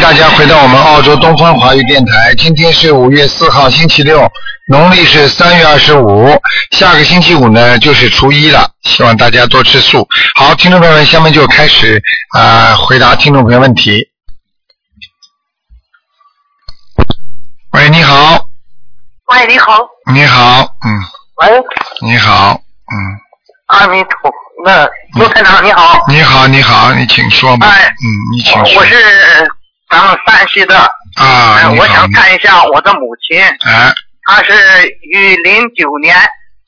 大家回到我们澳洲东方华语电台。今天是五月四号，星期六，农历是三月二十五。下个星期五呢，就是初一了，希望大家多吃素。好，听众朋友们，下面就开始啊、呃回答听众朋友问题。喂，你好，喂，你好，你好，嗯，喂，你好，嗯，阿弥陀，那刘台长你好，你好，你好，你请说吧，哎嗯，你请说。我是咱们山西的，啊，呃你我好想，看一下我的母亲，哎，她是于零九年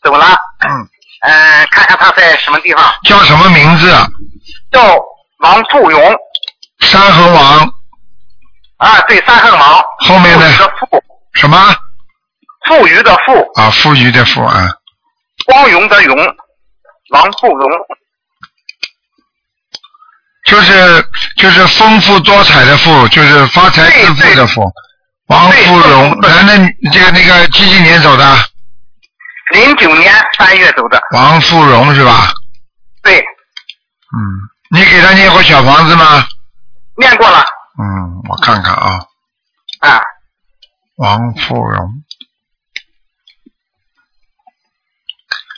走了，嗯，呃，看看她在什么地方，叫什么名字？啊叫王富勇，山河王啊，对，三横王，后面呢富裕的富，什么？富余的富，啊，富裕的富啊，光荣的荣，王富荣，就是就是丰富多彩的富，就是发财致富的富。王富荣，对男的，这个那个几几年走的？零九年三月走的，王富荣是吧？对，嗯，你给他念过小房子吗？念过了，嗯，我看看啊，啊，王富荣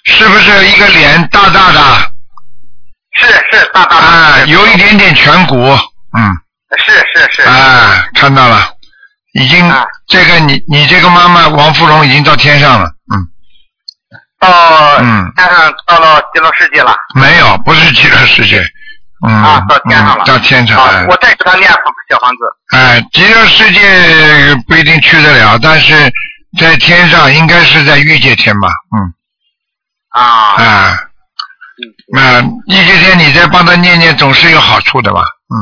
是不是一个脸大大的？是是，大大啊，的，有一点点颧骨，嗯，是是是，啊，看到了，已经、啊这个你你这个妈妈王芙蓉已经到天上了，嗯，到嗯天上到了极乐世界了。没有，不是极乐世界，嗯，啊到天上嗯了到天上，啊哎，我再给他念小房子。哎，极乐世界不一定去得了，但是在天上应该是在御界天吧，嗯，啊，啊，那御界天你再帮他念念，总是有好处的吧，嗯。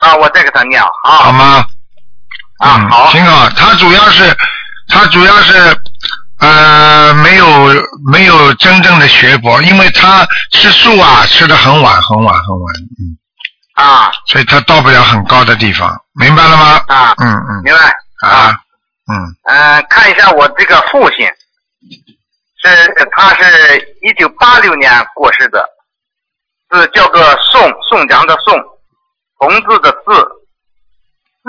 啊，我再给他念啊。好啊，吗？啊嗯好挺好。他主要是，他主要是，呃，没有没有真正的学佛，因为他吃素啊，吃的很晚很晚很晚，嗯，啊所以他到不了很高的地方，明白了吗？啊，嗯嗯明白。啊，嗯，嗯、看一下我这个父亲，是他是一九八六年过世的，是叫个宋宋江的宋，红字的字，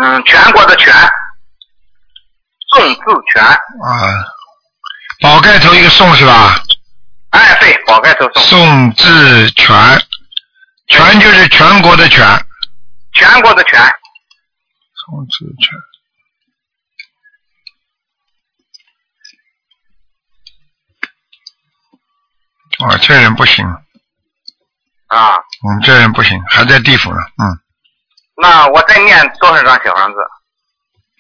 嗯，全国的全，宋字全。啊，宝盖头一个宋是吧？哎，对，宝盖头宋，宋志全，全就是全国的全，全国的全。宋志全。啊，这人不行，啊，嗯，这人不行，还在地府呢，嗯，那我再念多少张小房子？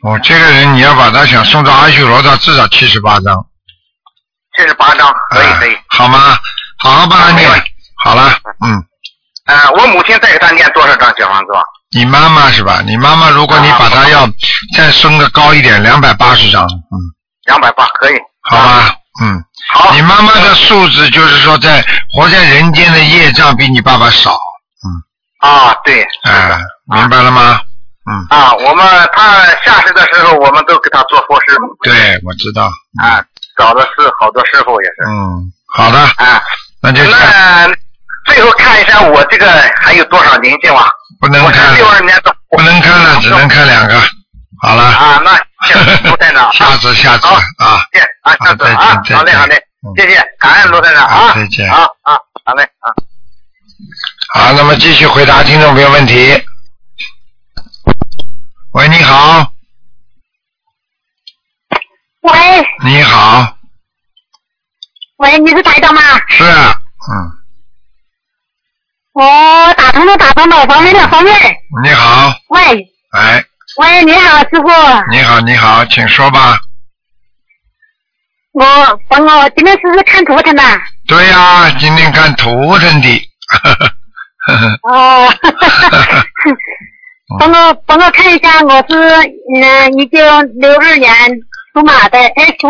我、哦这个人你要把他想送到阿修罗道，至少七十八章，七十八张，可以哎可以。好吗？好好帮他念好没问，好了，嗯，呃，我母亲再给他念多少张小房子吧？你妈妈是吧？你妈妈，如果你啊把好她要再升的高一点，两百八十章，嗯，两百八，可以。好啊，吧，嗯。好，你妈妈的素质就是说在，活在人间的业障比你爸爸少，啊，对，哎、明白了吗？嗯，啊，我们他下世的时候，我们都给他做佛事，对，我知道。啊，找的是好多师傅也是，嗯，好的，啊，那就看那最后看一下我这个还有多少灵性吧？不能我看是六了，二年的虎不能看了，只能看两个。好了，，啊，那行，卢站 长下次下次好啊，谢谢啊，下次好啊再，见好再嘞见好嘞嗯，谢谢，感恩卢站长啊好，再见啊啊，好嘞啊。好，那么继续回答听众朋友问题。喂，你好，喂你好，喂，你是台长吗？是，嗯，哦，打通了，打通了，方便了，方便。你好，喂哎，喂，你好，师傅，你好，你好，请说吧。我帮我今天是不是看图腾的？对呀、今天看图腾的， 哦，帮我帮我看一下，我是嗯一九六二年属马的，哎属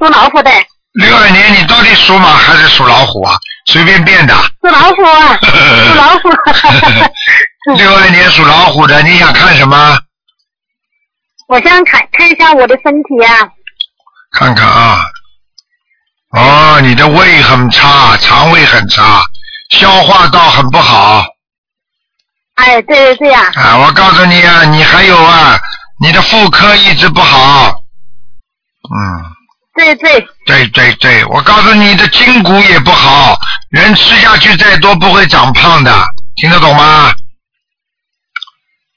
属老虎的，六二年你到底属马还是属老虎啊？随便变的。 属老虎啊，属老虎。 六二年属老虎的，你想看什么？我想看看一下我的身体啊，看看啊。哦，你的胃很差，肠胃很差，消化道很不好。哎，对对对呀、啊，我告诉你啊，你还有啊，你的妇科一直不好，嗯，对对，对对对，我告诉你的筋骨也不好，人吃下去再多不会长胖的，听得懂吗？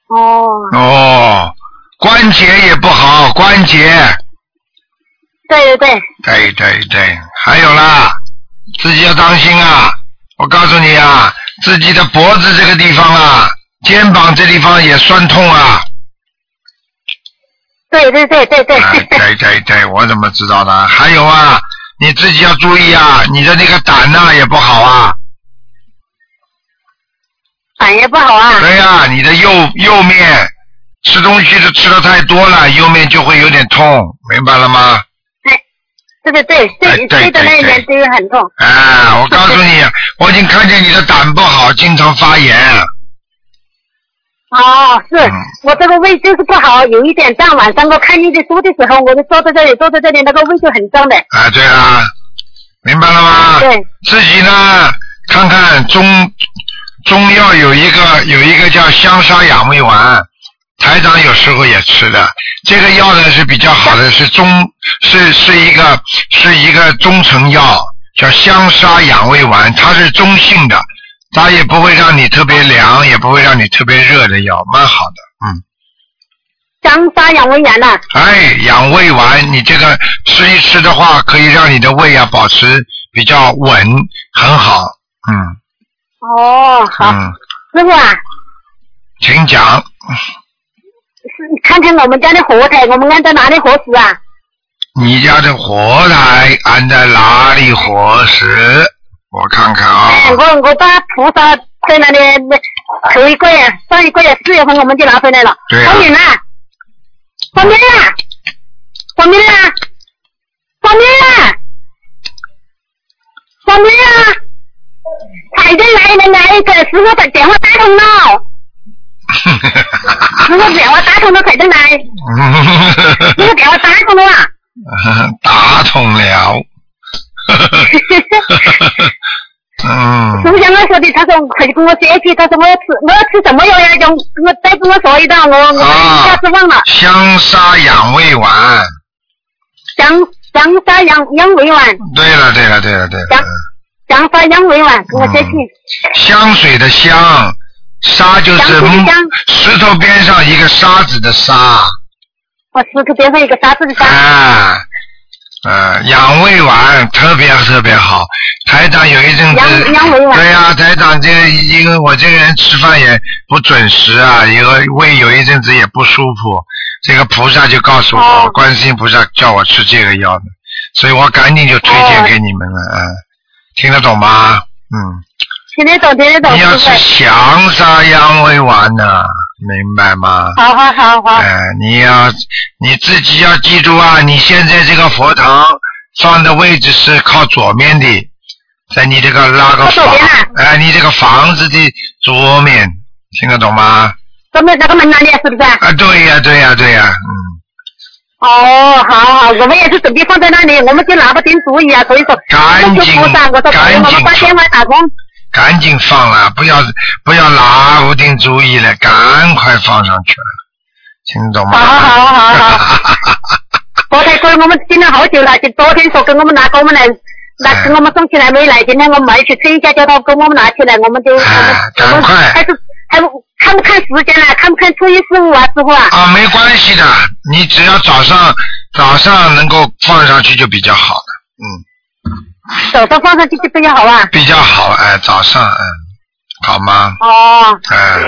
哦，哦，关节也不好，关节，对对对，对对对，还有啦，自己要当心啊！我告诉你啊，自己的脖子这个地方啊，肩膀这地方也酸痛啊。对对对对对，哎， 对对对，我怎么知道的？还有啊，你自己要注意啊，你的那个胆呐、也不好啊。反应不好啊。对呀、你的右右面吃东西是吃的太多了，右面就会有点痛，明白了吗？哎，对对对，哎对对对的那一对面对于很痛。啊，我告诉 你，我已经看见你的胆不好，经常发炎。哦，是、嗯我这个胃就是不好，有一点胀。晚上我看你的书的时候，我就坐在这里，坐在这里，那个胃就很胀的。啊，对啦，明白了吗？对，自己呢，看看中中药有一个有一个叫香砂养胃丸，台长有时候也吃的。这个药呢是比较好的，是中是是一个是一个中成药，叫香砂养胃丸，它是中性的，它也不会让你特别凉，也不会让你特别热的药，蛮好的，嗯。香砂养胃丸呐、哎，养胃丸，你这个吃一吃的话，可以让你的胃啊保持比较稳，很好。嗯哦，好，嗯，师傅啊，请讲。是看看我们家的火台，我们安在哪里火石啊？你家的火台安在哪里火石？我看看啊， 哎，我我把菩萨在那里那头一个月、上一个月四月份我们就拿回来了。对啊方明啊，方明啊，方明啊，方明啊，方明啊，快点来来来，给师傅打电话打通了，师傅电话打通了，快点来，师傅电话打通了 啊。打通了。 嗯 师，傅像我说的，他说快去跟我学习，他说我要吃我要吃什么药呀？叫我我再跟我说一道，我我啊一下子忘了。香砂养胃丸。江江沙杨杨委婉，对了，对了，对了，对了。江嗯江沙杨委婉，跟我学习。香水的香，沙就是香水的香石头边上一个沙子的沙，我石头边上一个沙子的沙，啊，呃，养胃丸特别特别好。台长有一阵子养，养胃丸对呀、台长这个因为我这个人吃饭也不准时啊，有个胃有一阵子也不舒服，这个菩萨就告诉我，哦观世音菩萨叫我吃这个药的，所以我赶紧就推荐哦给你们了，嗯，听得懂吗？嗯。听得懂听得懂，你要师吃傅。香砂养胃丸呐、明白吗？好好好好，哎、你要你自己要记住啊！你现在这个佛堂放的位置是靠左面的，在你这个拉个靠房左边啊，哎、你这个房子的左面，听得懂吗？咱们那个门那里是不是啊？啊，对呀、对呀、对呀、嗯哦，好好，我们也是准备放在那里，我们就拿不定主意啊，所以说，赶我紧就菩萨，我说赶紧我们把电话打通，嗯，赶紧放了，不要不要拿不定主意了，赶快放上去了，听得懂吗？好好好好好。 佛台哥，我们盯了好久了，就昨天说给我们拿给我们来，拿给我们送起来没来，今天我们买去催一下，叫他给我们拿起来，我们就我们哎我赶们快还是还不看不看时间啊？看不看初一十五啊，师傅啊？啊，没关系的，你只要早上早上能够放上去就比较好了，嗯，手上放上去就比较好啊。比较好，哎，早上，嗯，好吗？哦，哎，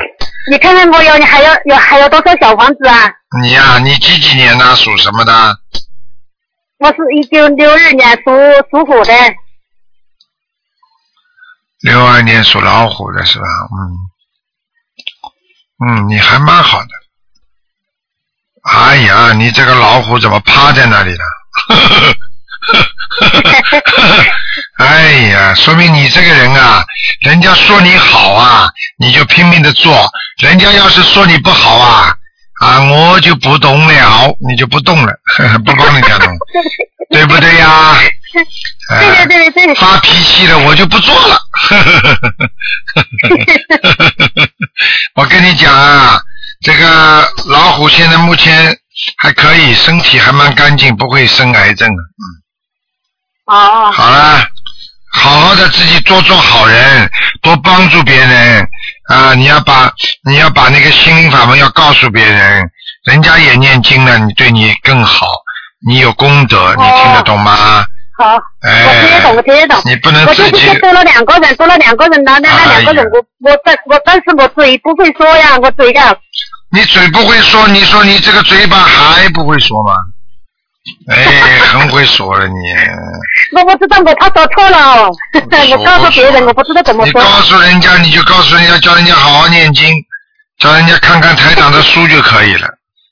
你看看我有你还要有还有多少小房子啊？你呀、你几几年呢？属什么的？我是一九六二年属属虎的，六二年属老虎的是吧？嗯，嗯，你还蛮好的。哎呀，你这个老虎怎么趴在那里了？ 哎呀，说明你这个人啊，人家说你好啊，你就拼命的做；人家要是说你不好啊，啊，我就不懂了，你就不动了， 不帮人家弄，对不对呀、哎对对对对对，发脾气了，我就不做了。 我跟你讲啊，这个老虎现在目前还可以，身体还蛮干净，不会生癌症的。嗯，哦，好了，好好的自己多做好人，多帮助别人啊！你要把你要把那个心灵法门要告诉别人，人家也念经了，你对你更好，你有功德，你听得懂吗？好，我听得哎懂，我，听得懂。你不能我自就是己哎先多了两个人，多了两个人，那那那两个人，我我但我但是我自己不会说呀，我嘴呀，你嘴不会说，你说你这个嘴巴还不会说吗？哎，很会说了 你，我我知道我怕说错了，说 我告诉别人，我不知道怎么你说。告诉人家你就告诉人家，叫人家好好念经，叫人家看看台长的书就可以了，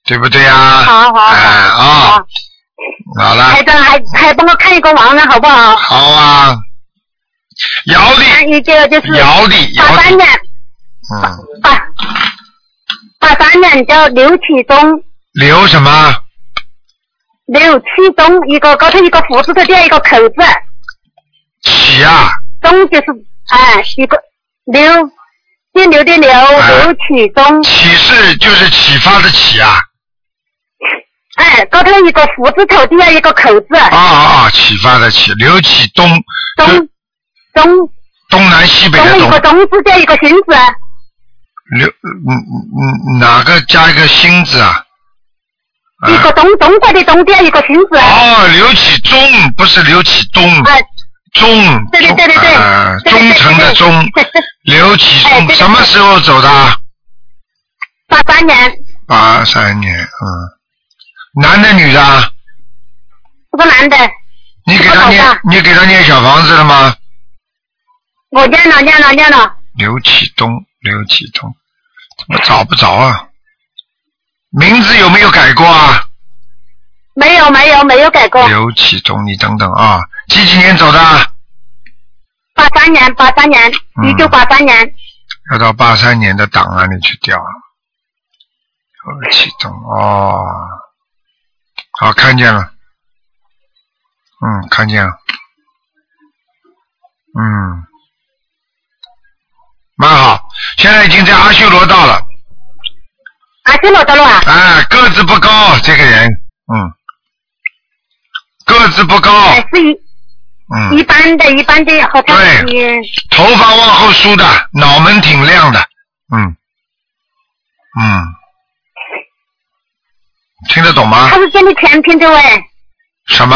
对不对呀、啊？好好哎啊好，，好了，台长还还帮我看一个王人好不好？好啊。姚丽，看一个就是姚丽，八姚三丽，年，嗯，八八三年叫刘启忠，刘什么？刘启忠一个高头一个福字头加一个口字，启啊，忠就是哎一个刘，姓刘的刘，哎刘启忠。启是就是启发的启啊，哎，高头一个福字头，底下一个口字，啊啊啊，启发的启，刘启东，东就东东南西北东的一东啊个，东字加一个心字，刘嗯嗯嗯哪个加一个心字啊？啊一个东中国的东底下一个心字。啊哦，刘启忠不是刘启东，哎，忠，对对对对对呃，对对对忠诚的忠，刘启哎忠对对对什么时候走的啊？八三年八三年，嗯，男的女的啊？是个男的，你给他我老念爸，你给他念小房子了吗？我念了念了念了，刘启东，刘启东，怎么找不着啊？名字有没有改过啊？没有没有没有改过。刘启东，你等等啊，几几年走的啊？八三年八三年，嗯一九八三年，要到八三年的档案里去调了。刘启东，哦，好，看见了，嗯，看见了，嗯，蛮好，现在已经在阿修罗道了，阿修罗的路啊，哎，个子不高，这个人，嗯，个子不高，哎是一哦嗯一，般的一般的，好像对也头发往后梳的，脑门挺亮的，嗯，嗯，听得懂吗他？是剪的全平头哎，什么？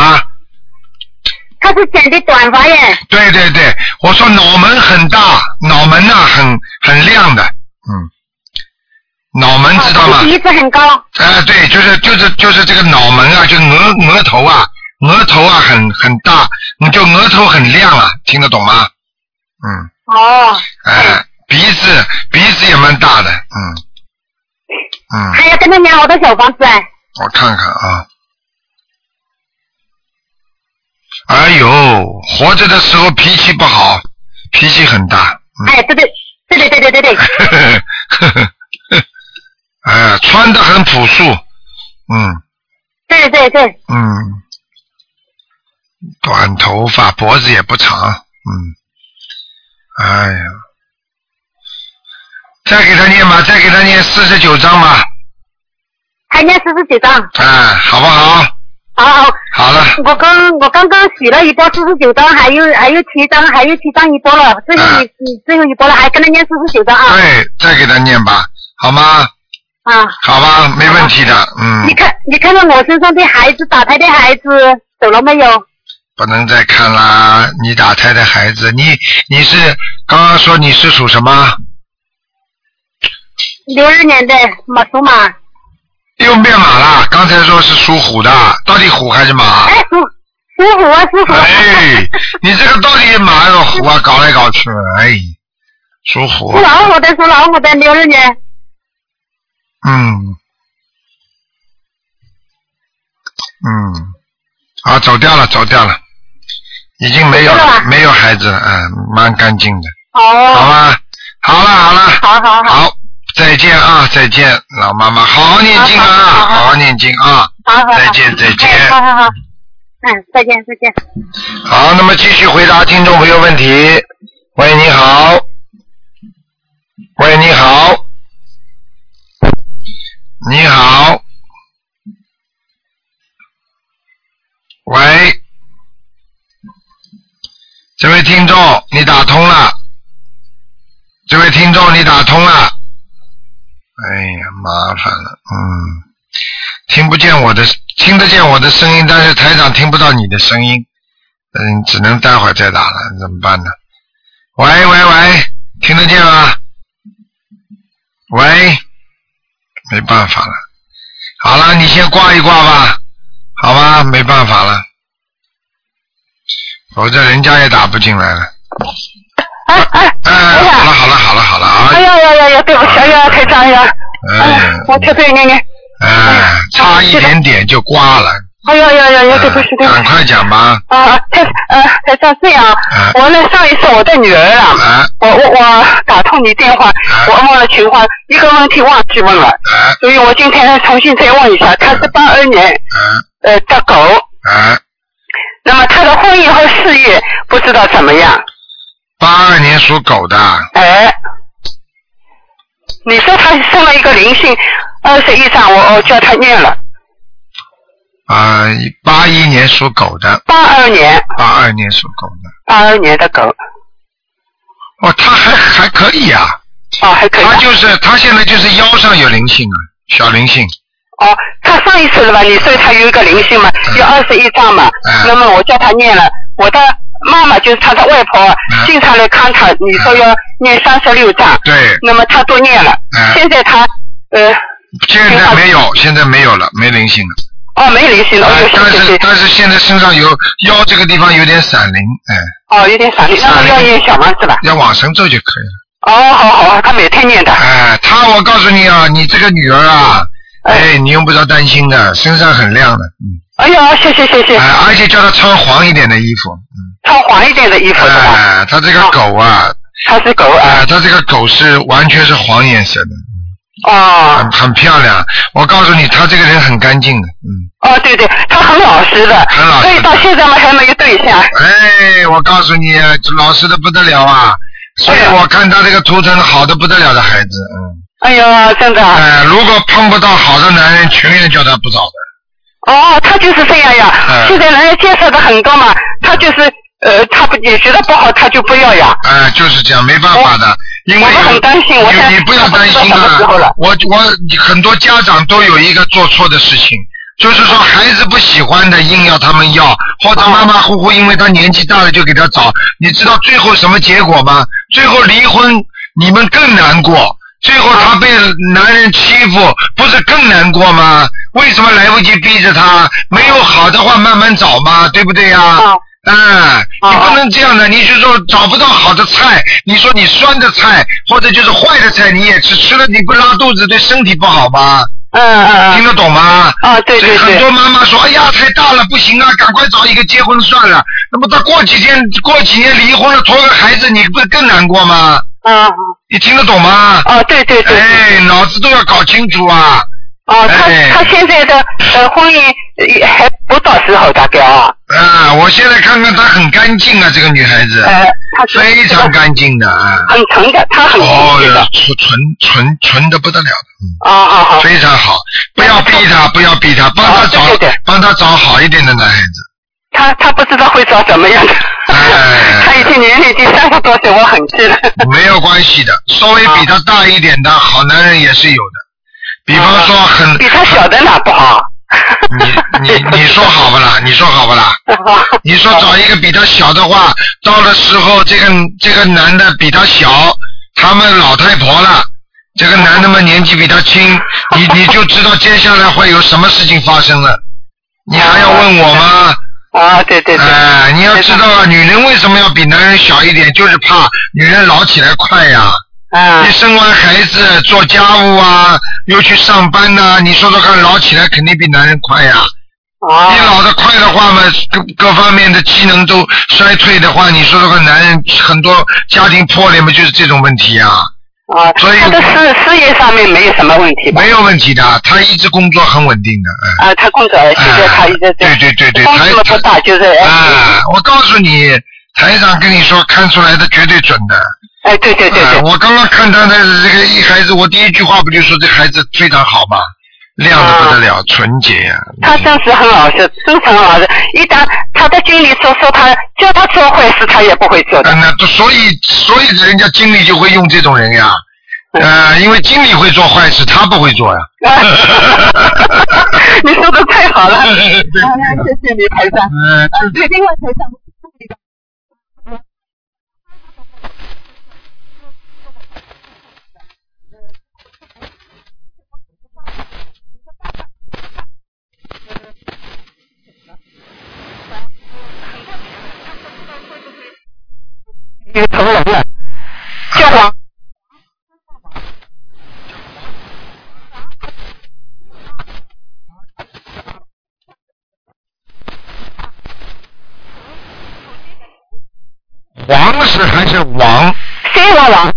他是剪的短发耶，对对对，我说脑门很大，脑门呐、很很亮的，嗯，脑门知道吗啊他的？鼻子很高，哎，对，就是就是就是这个脑门啊，就额额头啊，额头啊很很大，你就额头很亮啊，听得懂吗？嗯，哦，哎，鼻子鼻子也蛮大的，嗯，嗯。还要跟他念好多小房子哎。我看看啊。哎呦，活着的时候脾气不好，脾气很大。嗯哎，对对对对对对对对，呵呵呵呵呵，哎，穿的很朴素，嗯对对对，嗯，短头发，脖子也不长，嗯，哎呀，再给他念吧，再给他念四十九章吧，还念四十几张。哎，好不好？哦，好了，我刚我刚刚许了一波四十九张，还有还有七张，还有七张一波了，最嗯后一、嗯最后一波了，还跟他念四十九张啊对，哎再给他念吧，好吗？啊！好吧，没问题的，嗯你，看你看看我身上的孩子，打胎的孩子走了没有？不能再看啦。你打胎的孩子，你你是刚刚说你是属什么？六二年的马属马，又变马啦？刚才说是属虎的，到底虎还是马？哎属属虎啊属虎啊，哎，你这个到底马还是虎啊？搞来搞去，哎，属虎啊属，老虎的属老虎的六二年，嗯，嗯，啊，走掉了，走掉了，已经没有走掉了没有孩子了，嗯，蛮干净的，好哦，吧，好了好了。好好好好，再见啊，再见，老妈妈，好好念经啊，好好好好好好念经啊。好好，再见再见哎好好好，嗯，再见再见。好，那么继续回答听众朋友问题。喂，你好。喂，你好。你好，喂，这位听众，你打通了，这位听众，你打通了，哎呀，麻烦了，嗯，听不见我的，听得见我的声音，但是台长听不到你的声音，嗯，只能待会儿再打了，怎么办呢？喂喂喂，听得见吗？喂，没办法了。好了，你先挂一挂吧，好吧，没办法了，否则人家也打不进来了。哎哎，哎，好了好了好了好了啊，哎呀呀呀呀，对不起，哎呀，台长哎呀，哎哎呀，，我特别念念，哎，差一点点就挂了，哎呀呀呀呀，对不起，对嗯不赶起。快讲吧，啊，台呃，台长这样，啊我呢上一次我的女儿啊，哎我我我打通你电话，我忘了情况，一个问题忘记问了，哎所以我今天重新再问一下，她是八二年啊呃的狗，哎哎，那么她的婚姻和事业不知道怎么样，八二年属狗的，哎，你说她生了一个灵性，二十一章我我叫她念了，啊，八一年属狗的，八二年八二年属狗的，八二年的狗，哦，他还还可以啊。哦还可以他啊，就是他现在就是腰上有灵性啊，小灵性，哦，他上一次了吧？你说他有一个灵性嘛，有二十一张嘛嗯。那么我叫他念了，我的妈妈就是他的外婆嗯，经常来看他。你说要念三十六章，对，那么他都念了嗯。现在他呃，现在没有，现在没有了，没灵性了。哦，没灵性了，哎呦，哎但谢谢是谢谢，但是现在身上有腰这个地方有点闪灵，哎，哦，有点闪灵，那么要念小房子吧？要往生咒就可以了。哦，好好，好他每天念的。哎，他我告诉你啊，你这个女儿啊，哎，你用不着担心的，身上很亮的，嗯，哎呀，谢谢谢谢，哎，而且叫她穿黄一点的衣服，穿黄一点的衣服嗯，是吧？哎，她这个狗啊，他是狗啊，哎，她这个狗是完全是黄颜色的，哦很很漂亮。我告诉你，她这个人很干净的，嗯。哦，对对，他很老实的很老，实所以到现在嘛还没有对象。哎，我告诉你，老实的不得了啊！所以哎呀我看他这个图腾好的不得了的孩子，嗯，哎呀，真的啊。哎，如果碰不到好的男人，情愿叫他不找的。哦，他就是这样呀。嗯现在人家介绍的很多嘛，他就是呃，他不也觉得不好，他就不要呀。哎，就是这样，没办法的，因为哦我有很担心我你想你不要担心不知道什么时候啊了！我我很多家长都有一个做错的事情，就是说孩子不喜欢的硬要他们要，或哦者马马虎虎，因为他年纪大了就给他找，你知道最后什么结果吗？最后离婚，你们更难过。最哦后他被男人欺负，不是更难过吗？为什么来不及逼着他？没有好的话慢慢找嘛，对不对呀、啊哎，你哦不能这样的，你就说找不到好的菜，你说你酸的菜或者就是坏的菜你也吃，吃了你不拉肚子对身体不好吗？嗯听嗯得懂吗？嗯。啊，对所以对很对多。妈妈说：“哎呀，太大了，不行啊，赶快找一个结婚算了。”那么他过几天、过几年离婚了，拖个孩子，你不是更难过吗？啊你听得懂吗？啊，对对对。哎，脑子都要搞清楚啊！哦，他哎他现在的呃婚姻呃还不到时候，大概啊。啊，我现在看看她很干净啊，这个女孩子、呃，他是非常干净的啊。很纯的，他很哦纯洁的。，纯纯纯纯的不得了的，啊啊啊嗯，！非常好，不要逼他，不要逼他，帮他找哦嗯对对对帮他找好一点的男孩子，他他不知道会找怎么 样的。哎 他已经年龄已经三十多岁，我很气了。没有关系的，稍微比他大一点的好男人也是有的，比方说很，比他小的哪不好？你你 你说好不啦？你说好不啦？你说找一个比他小的话，到了时候这个这个男的比他小，他们老太婆了，这个男的嘛年纪比他轻，你你就知道接下来会有什么事情发生了。你还要问我吗？啊，对对对。哎、你要知道啊，女人为什么要比男人小一点，就是怕女人老起来快呀、嗯你生完孩子做家务啊，又去上班呐、你说说看，老起来肯定比男人快呀、啊你老得快的话嘛，各各方面的机能都衰退的话，你说这个男人很多家庭破裂嘛，就是这种问题啊，啊，所以他的事事业上面没有什么问题吧？没有问题的，他一直工作很稳定的，哎、啊，他工作现在他一直对在对对对，工台作不大，就是哎啊，我告诉你，台长跟你说看出来的绝对准的，啊哎，对对对哎对，我刚刚看他的这个一孩子，我第一句话不就说这孩子非常好吗？亮的不得了，纯洁呀、他真是很老实，真诚老实。一旦他的经理说说他叫他做坏事，他也不会 做的。嗯，那都所以所以人家经理就会用这种人呀，呃，因为经理会做坏事，他不会做呀。你说的太 好了， 啊对对那谢谢你，台长。嗯、呃对，另外台长，一个成龙了，叫黄王是还是王？谁王王？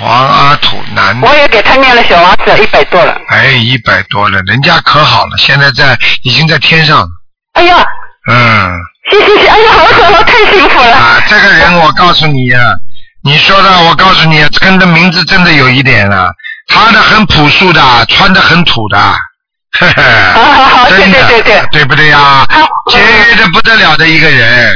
王阿土男的我，也给他念了小王子一百多了。哎，一百多了，人家可好了，现在在已经在天上了，哎呀，嗯。谢谢谢，哎呀，我怎么太幸福了？ 啊，这个人我告诉你呀、你说的我告诉你，跟这名字真的有一点啊，他的很朴素的，穿的很土的， 呵呵，好好好，啊对真的，对对对，啊对不对呀、好节约的不得了的一个人，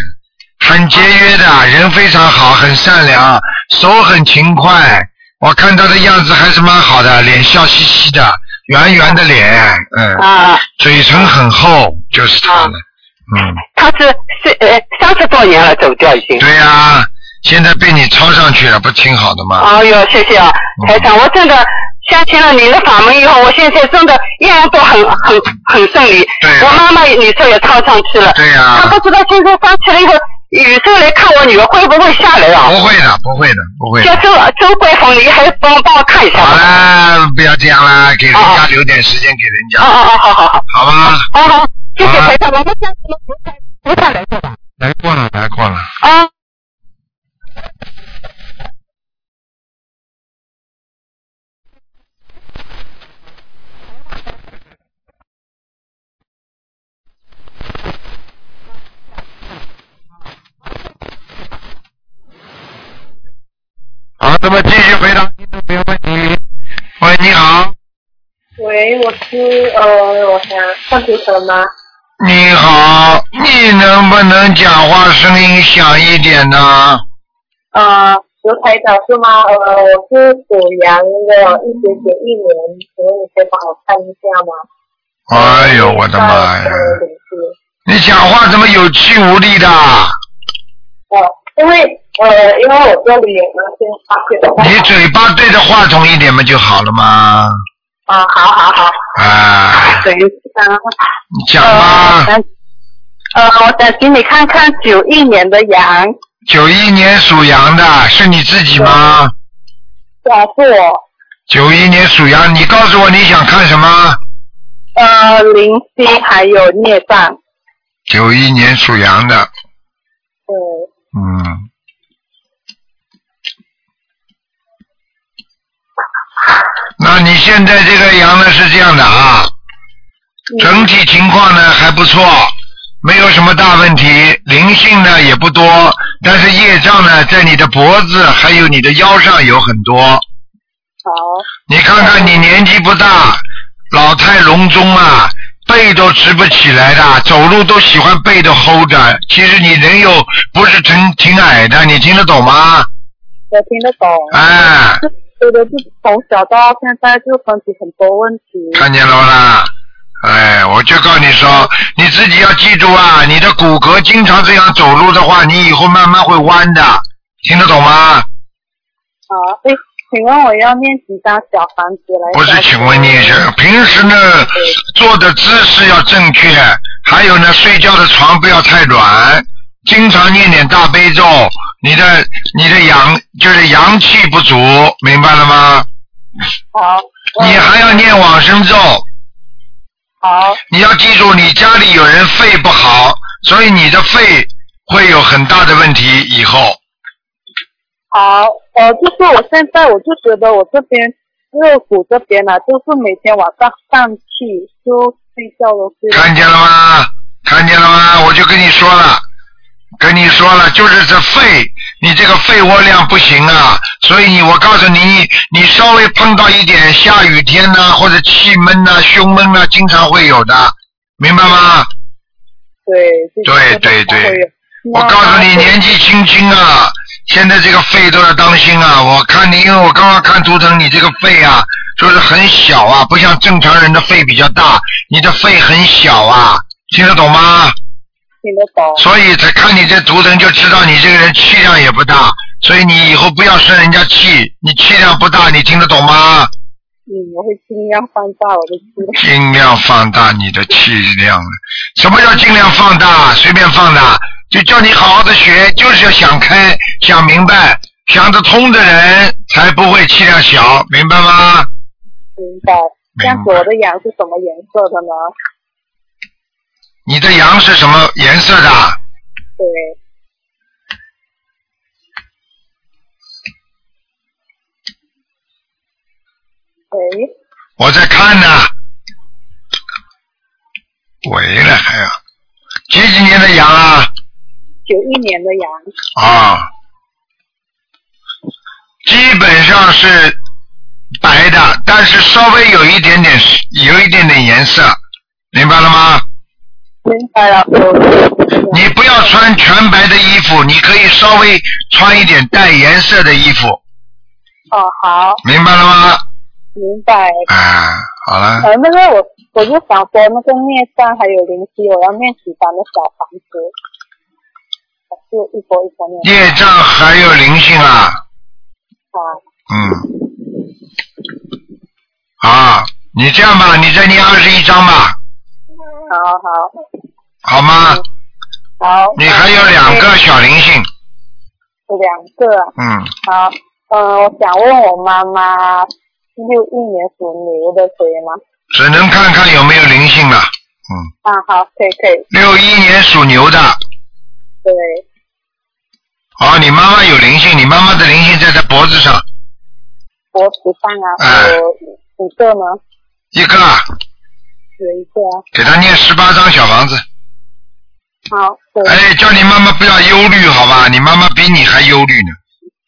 很节约啊的人，非常好，很善良，手很勤快。我看他的样子还是蛮好的，脸笑嘻嘻的，圆圆的脸，嗯，啊，嘴唇很厚，就是他了，嗯。他是是呃三十多年了走掉已经。对呀、现在被你抄上去了，不挺好的吗？哎呦，谢谢啊，台长，我真的相信了你的法门以后，我现在真的样样都很很很顺利。对我妈妈你说也套上去了，对呀、她不知道现在上去了以后，宇宙来看我女儿会不会下来啊？不会的，不会的，不会叫的。周周桂凤，你还帮帮我看一下好吧。了，不要这样啦，给人家啊留点时间给人家，哦哦哦，好好好，好吧？好好，谢谢好台长，我们下次不再不再来过吧。来过了，来过了。啊。好，那么继续回答听众朋友问题。喂，你好，喂，我是呃，我想看图腾吗？你好，你能不能讲话声音响一点呢？呃，刘台长是吗？呃，我是属羊的，一九九一年，请问你可以帮我看一下吗？哎呦，我的妈呀！呃灵性你讲话怎么有气无力的？呃，因为呃，因为我这里有那些发现你嘴巴对着话筒一点嘛就好了嘛。啊，好好好，啊，等一下。你讲吧。呃，我想请你看看九一年的羊，九一年属羊的是你自己吗？告诉我，九一年属羊，你告诉我你想看什么？呃，灵性还有孽障，九一年属羊的，对，嗯，那你现在这个羊呢是这样的啊，整体情况呢还不错，没有什么大问题，灵性呢也不多，但是业障呢在你的脖子还有你的腰上有很多，好。你看看你年纪不大，老态龙钟啊，背都直不起来的，走路都喜欢背都齁着。其实你人又不是挺挺矮的，你听得懂吗？我听得懂。嗯哎，呃对的，就从小到现在就分析很多问题。看见了不啦？哎，我就告诉你说，你自己要记住啊，你的骨骼经常这样走路的话，你以后慢慢会弯的，听得懂吗？好，哎，请问我要念几张小房子呃来？不是，请问你一下，平时呢坐的姿势要正确，还有呢睡觉的床不要太软，经常念点大悲咒，你的你的阳就是阳气不足，明白了吗？好，你还要念往生咒，好，你要记住，你家里有人肺不好，所以你的肺会有很大的问题以后。好，呃，就是我现在我就觉得我这边啊肋骨这边呢、就是每天晚上上去就睡觉都是。看见了吗？看见了吗？我就跟你说了，跟你说了，就是这肺，你这个肺活量不行啊，所以你我告诉你，你稍微碰到一点下雨天呐、或者气闷呐、胸闷呐、啊经常会有的，明白吗？对，就对是对对会有。我告诉你，年纪轻轻啊，现在这个肺都要当心啊！我看你，因为我刚刚看图腾，你这个肺啊，就是很小啊，不像正常人的肺比较大，你的肺很小啊，听得懂吗？听得懂。所以才看你这图腾就知道你这个人气量也不大，所以你以后不要生人家气，你气量不大，你听得懂吗？嗯，我会尽量放大我的气量。尽量放大你的气量。什么叫尽量放大？随便放大，就叫你好好的学，就是要想开、想明白、想得通的人才不会气量小，明白吗？明白。这样子明白我的羊是什么颜色的呢？你的羊是什么颜色的？对，喂，我在看呢、喂了还要，几几年的羊啊？九一年的羊，啊，基本上是白的，但是稍微有一点点，有一点点颜色，明白了吗？明白了，我你不要穿全白的衣服，你可以稍微穿一点带颜色的衣服，哦好，明白了吗？明白。啊，好了，呃，那个我我就想说，那个孽障还有灵犀，我要念几张的小房子，我就一波一波念业障还有灵性啊，啊。嗯，啊，你这样吧，你再念二十一章吧，好好好吗？好，你还有两个小灵性，有两个啊。嗯。好，呃，我想问我妈妈，六一年属牛的可以吗？只能看看有没有灵性了。嗯，啊，好，可以可以，六一年属牛的，对，哦，你妈妈有灵性，你妈妈的灵性在她脖子上，我不上啊，哎有五个吗？一个啊，有一个啊，给她念十八张小房子。好，对，哎，叫你妈妈不要忧虑，好吧？你妈妈比你还忧虑呢。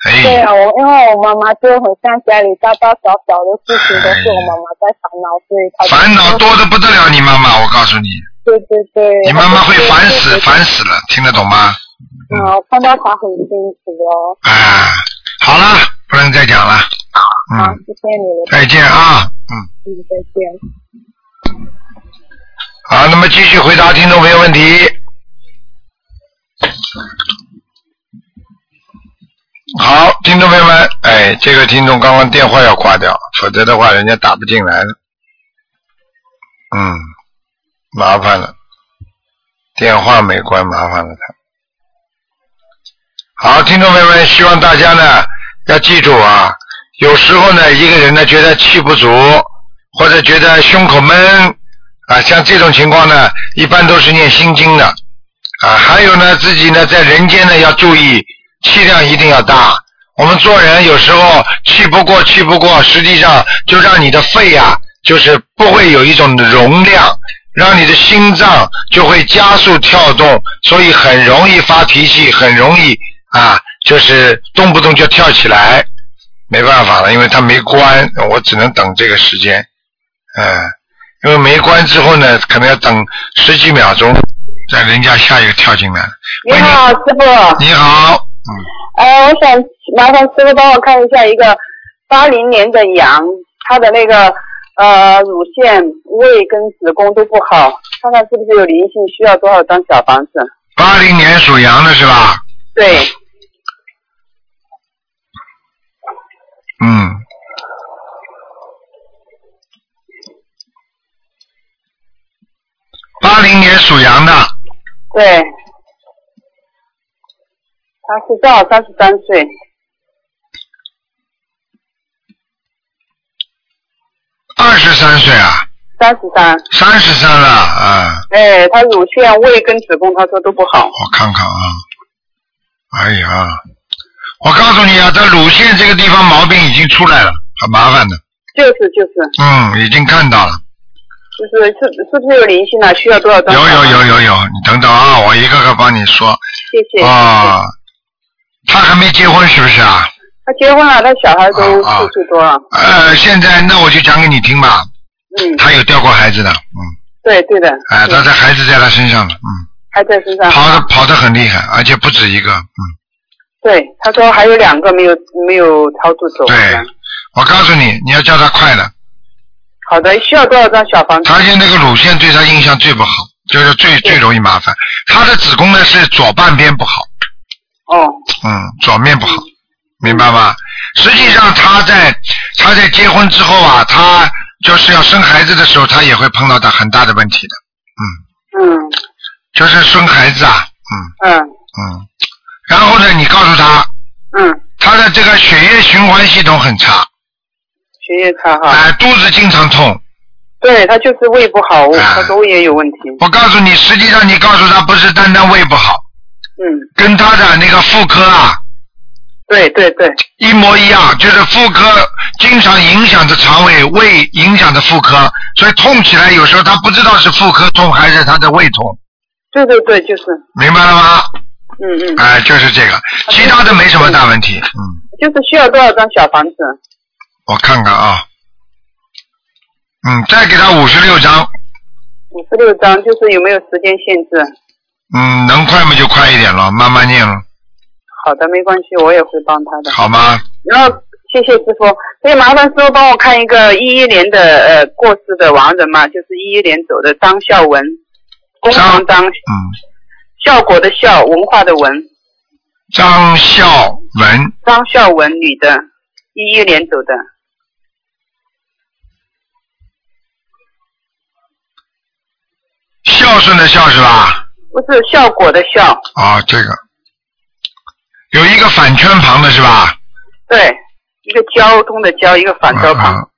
对哎，啊，我因为我妈妈就很像家里大大小小的事情都是我妈妈在烦恼，所以她就烦恼，多的不得了，你妈妈，我告诉你，对对对，你妈妈会烦死，烦，烦死了，听得懂吗？啊，我看到她很辛苦哦，啊，好了，不能再讲了。好，嗯，谢谢你的再见啊。嗯，提议，再见。好，那么继续回答听众朋友问题。好，听众朋友们，哎，这个听众刚刚电话要挂掉，否则的话人家打不进来了。嗯，麻烦了，电话没关，麻烦了他。好，听众朋友们，希望大家呢要记住啊，有时候呢一个人呢觉得气不足，或者觉得胸口闷啊，像这种情况呢，一般都是念心经的啊。还有呢，自己呢在人间呢要注意气量一定要大。我们做人有时候气不过，气不过，实际上就让你的肺呀、就是不会有一种容量，让你的心脏就会加速跳动，所以很容易发脾气，很容易啊，就是动不动就跳起来。没办法了，因为它没关，我只能等这个时间，嗯。因为没关之后呢，可能要等十几秒钟，在人家下一个跳进来了。你好，师傅。你好，嗯，呃，我想麻烦师傅帮我看一下一个八零年的羊，它的那个呃乳腺、胃跟子宫都不好，看看是不是有灵性，需要多少张小房子？八零年属羊的是吧？对，嗯。八零年属羊的，对，他是正好三十三岁，二十三岁啊，三十三。三十三了啊、哎，他乳腺、胃跟子宫，他说都不好。我看看啊，哎呀，我告诉你啊，这乳腺这个地方毛病已经出来了，很麻烦的，就是就是嗯，已经看到了，就是是是不是有灵性啊？需要多少张？有有有，有有，你等等啊，我一个个帮你说谢谢。啊。他还没结婚是不是啊？他结婚了，他小孩都啊啊四岁多了。呃，现在那我就讲给你听吧，嗯，他有掉过孩子的，嗯，对对啊的。哎，他嗯的孩子在他身上了，嗯，还在身上。跑的跑得很厉害，而且不止一个，嗯。对，他说还有两个没有没有超度走。对我告诉你，你要叫他快了。好的，需要多少张小房子？他现在这个乳腺对他印象最不好，就是最最容易麻烦。他的子宫呢是左半边不好，哦，嗯，左面不好，明白吗？实际上他在他在结婚之后啊，他就是要生孩子的时候，他也会碰到的很大的问题的，嗯就是生孩子啊，嗯嗯嗯。然后呢，你告诉他，嗯，他的这个血液循环系统很差，血液差哎、哈。肚子经常痛，对他就是胃不好，哎他说胃也有问题。我告诉你，实际上你告诉他不是单单胃不好，嗯，跟他的那个妇科啊对对对，一模一样，就是妇科经常影响着肠胃，胃影响着妇科，所以痛起来有时候他不知道是妇科痛还是他的胃痛，对对对，就是，明白了吗？嗯嗯，哎、就是这个，其他的没什么大问题。嗯，就是需要多少张小房子？我看看啊，嗯，再给他五十六张，五十六张，就是有没有时间限制？嗯，能快嘛就快一点了，慢慢念了，好的，没关系，我也会帮他的。好吗？嗯然后谢谢师傅，所以麻烦师傅帮我看一个一一年的呃过世的亡人嘛，就是一一年走的张孝文，工张长张，嗯，效果的效，文化的文，张孝文，张孝文女的，一一年走的，孝顺的孝是吧？不是效果的效，啊，这个有一个反圈旁的是吧？对，一个交通的交，一个反交旁，嗯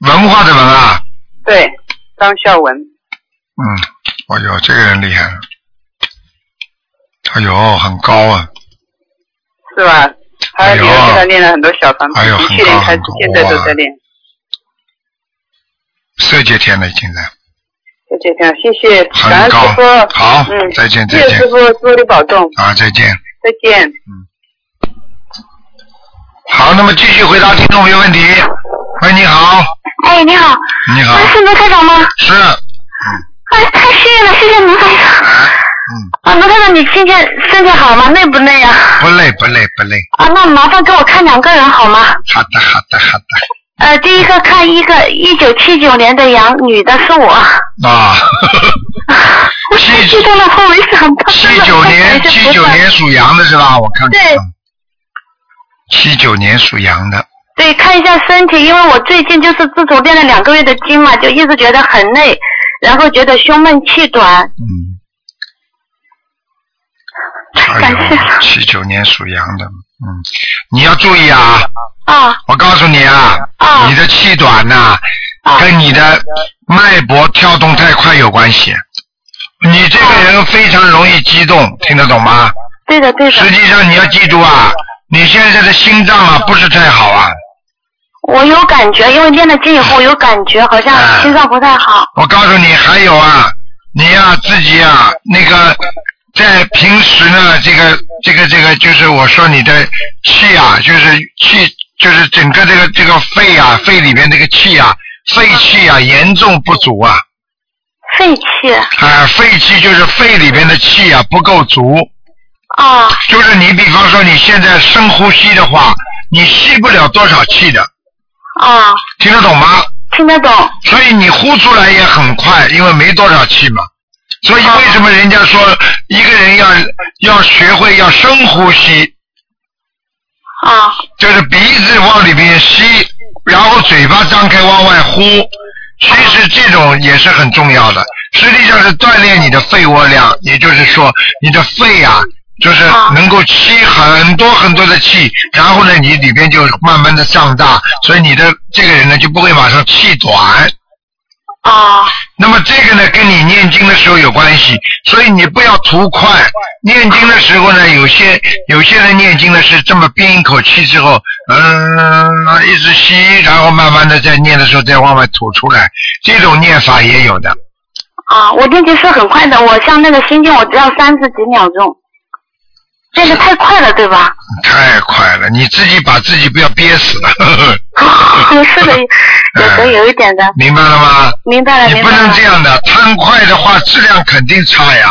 文化的文啊，对，张孝文，嗯，哎呦，这个人厉害了，哎呦，很高啊，是吧？他哎呦女儿给他练了很多小房子，哎呦从很去高年开很高，始现在都哇在练。色界天了已经在，就这样，谢谢，很感恩师高傅。好嗯，再见谢再谢见师傅，师傅你保重，啊，再见。再见。好，那么继续回答听众朋友问题。喂，你好，哎，你好，你好哎，是卢台长吗？是，哎，太幸运了，谢谢卢台长。嗯，啊，卢台长，你今天身体好吗？累不累呀、啊？不累不累不累，那麻烦给我看两个人好吗？好的好的好的，呃，第一个看一个一九七九年的羊女的是 我，啊，我七太 激动了，我没想到。七九 年，真 的七九。年属羊的是吧？我看看对啊。七九年属羊的，对，看一下身体，因为我最近就是自从练了两个月的筋嘛，就一直觉得很累，然后觉得胸闷气短。嗯。感谢哎呦，七九年属羊的，嗯，你要注意啊！啊我告诉你啊，啊你的气短呐、啊跟你的脉搏跳动太快有关系。你这个人非常容易激动，听得懂吗？对的对的实，际上你要记住啊，你现在的心脏啊不是太好啊。我有感觉，因为练了筋以后我有感觉，好像哎心脏不太好。我告诉你，还有啊，你呀、自己啊，那个在平时呢，这个这个这个，就是我说你的气啊，就是气，就是整个这个这个肺啊，肺里面这个气啊，肺气啊严重不足啊，肺气啊，肺气就是肺里面的气啊不够足，啊就是你比方说你现在深呼吸的话，你吸不了多少气的，啊，听得懂吗？听得懂所以你呼出来也很快，因为没多少气嘛。所以为什么人家说一个人要要学会要深呼吸，啊就是鼻子往里边吸，然后嘴巴张开往外呼。其实这种也是很重要的，实际上是锻炼你的肺活量，也就是说你的肺啊，就是能够吸很多很多的气，然后呢，你里边就慢慢的胀大，所以你的这个人呢就不会马上气短。啊那么这个呢，跟你念经的时候有关系。所以你不要图快。念经的时候呢，有些有些人念经呢是这么憋一口气之后，嗯，一直吸，然后慢慢的在念的时候再往外吐出来，这种念法也有的。啊，我念经是很快的，我像那个心经，我只要三十几秒钟，这个太快了，对吧？太快了，你自己把自己不要憋死了。 呵呵是的，有时候有一点的。明白了吗？明白了，你明不白能了。这样的，贪快的话质量肯定差呀，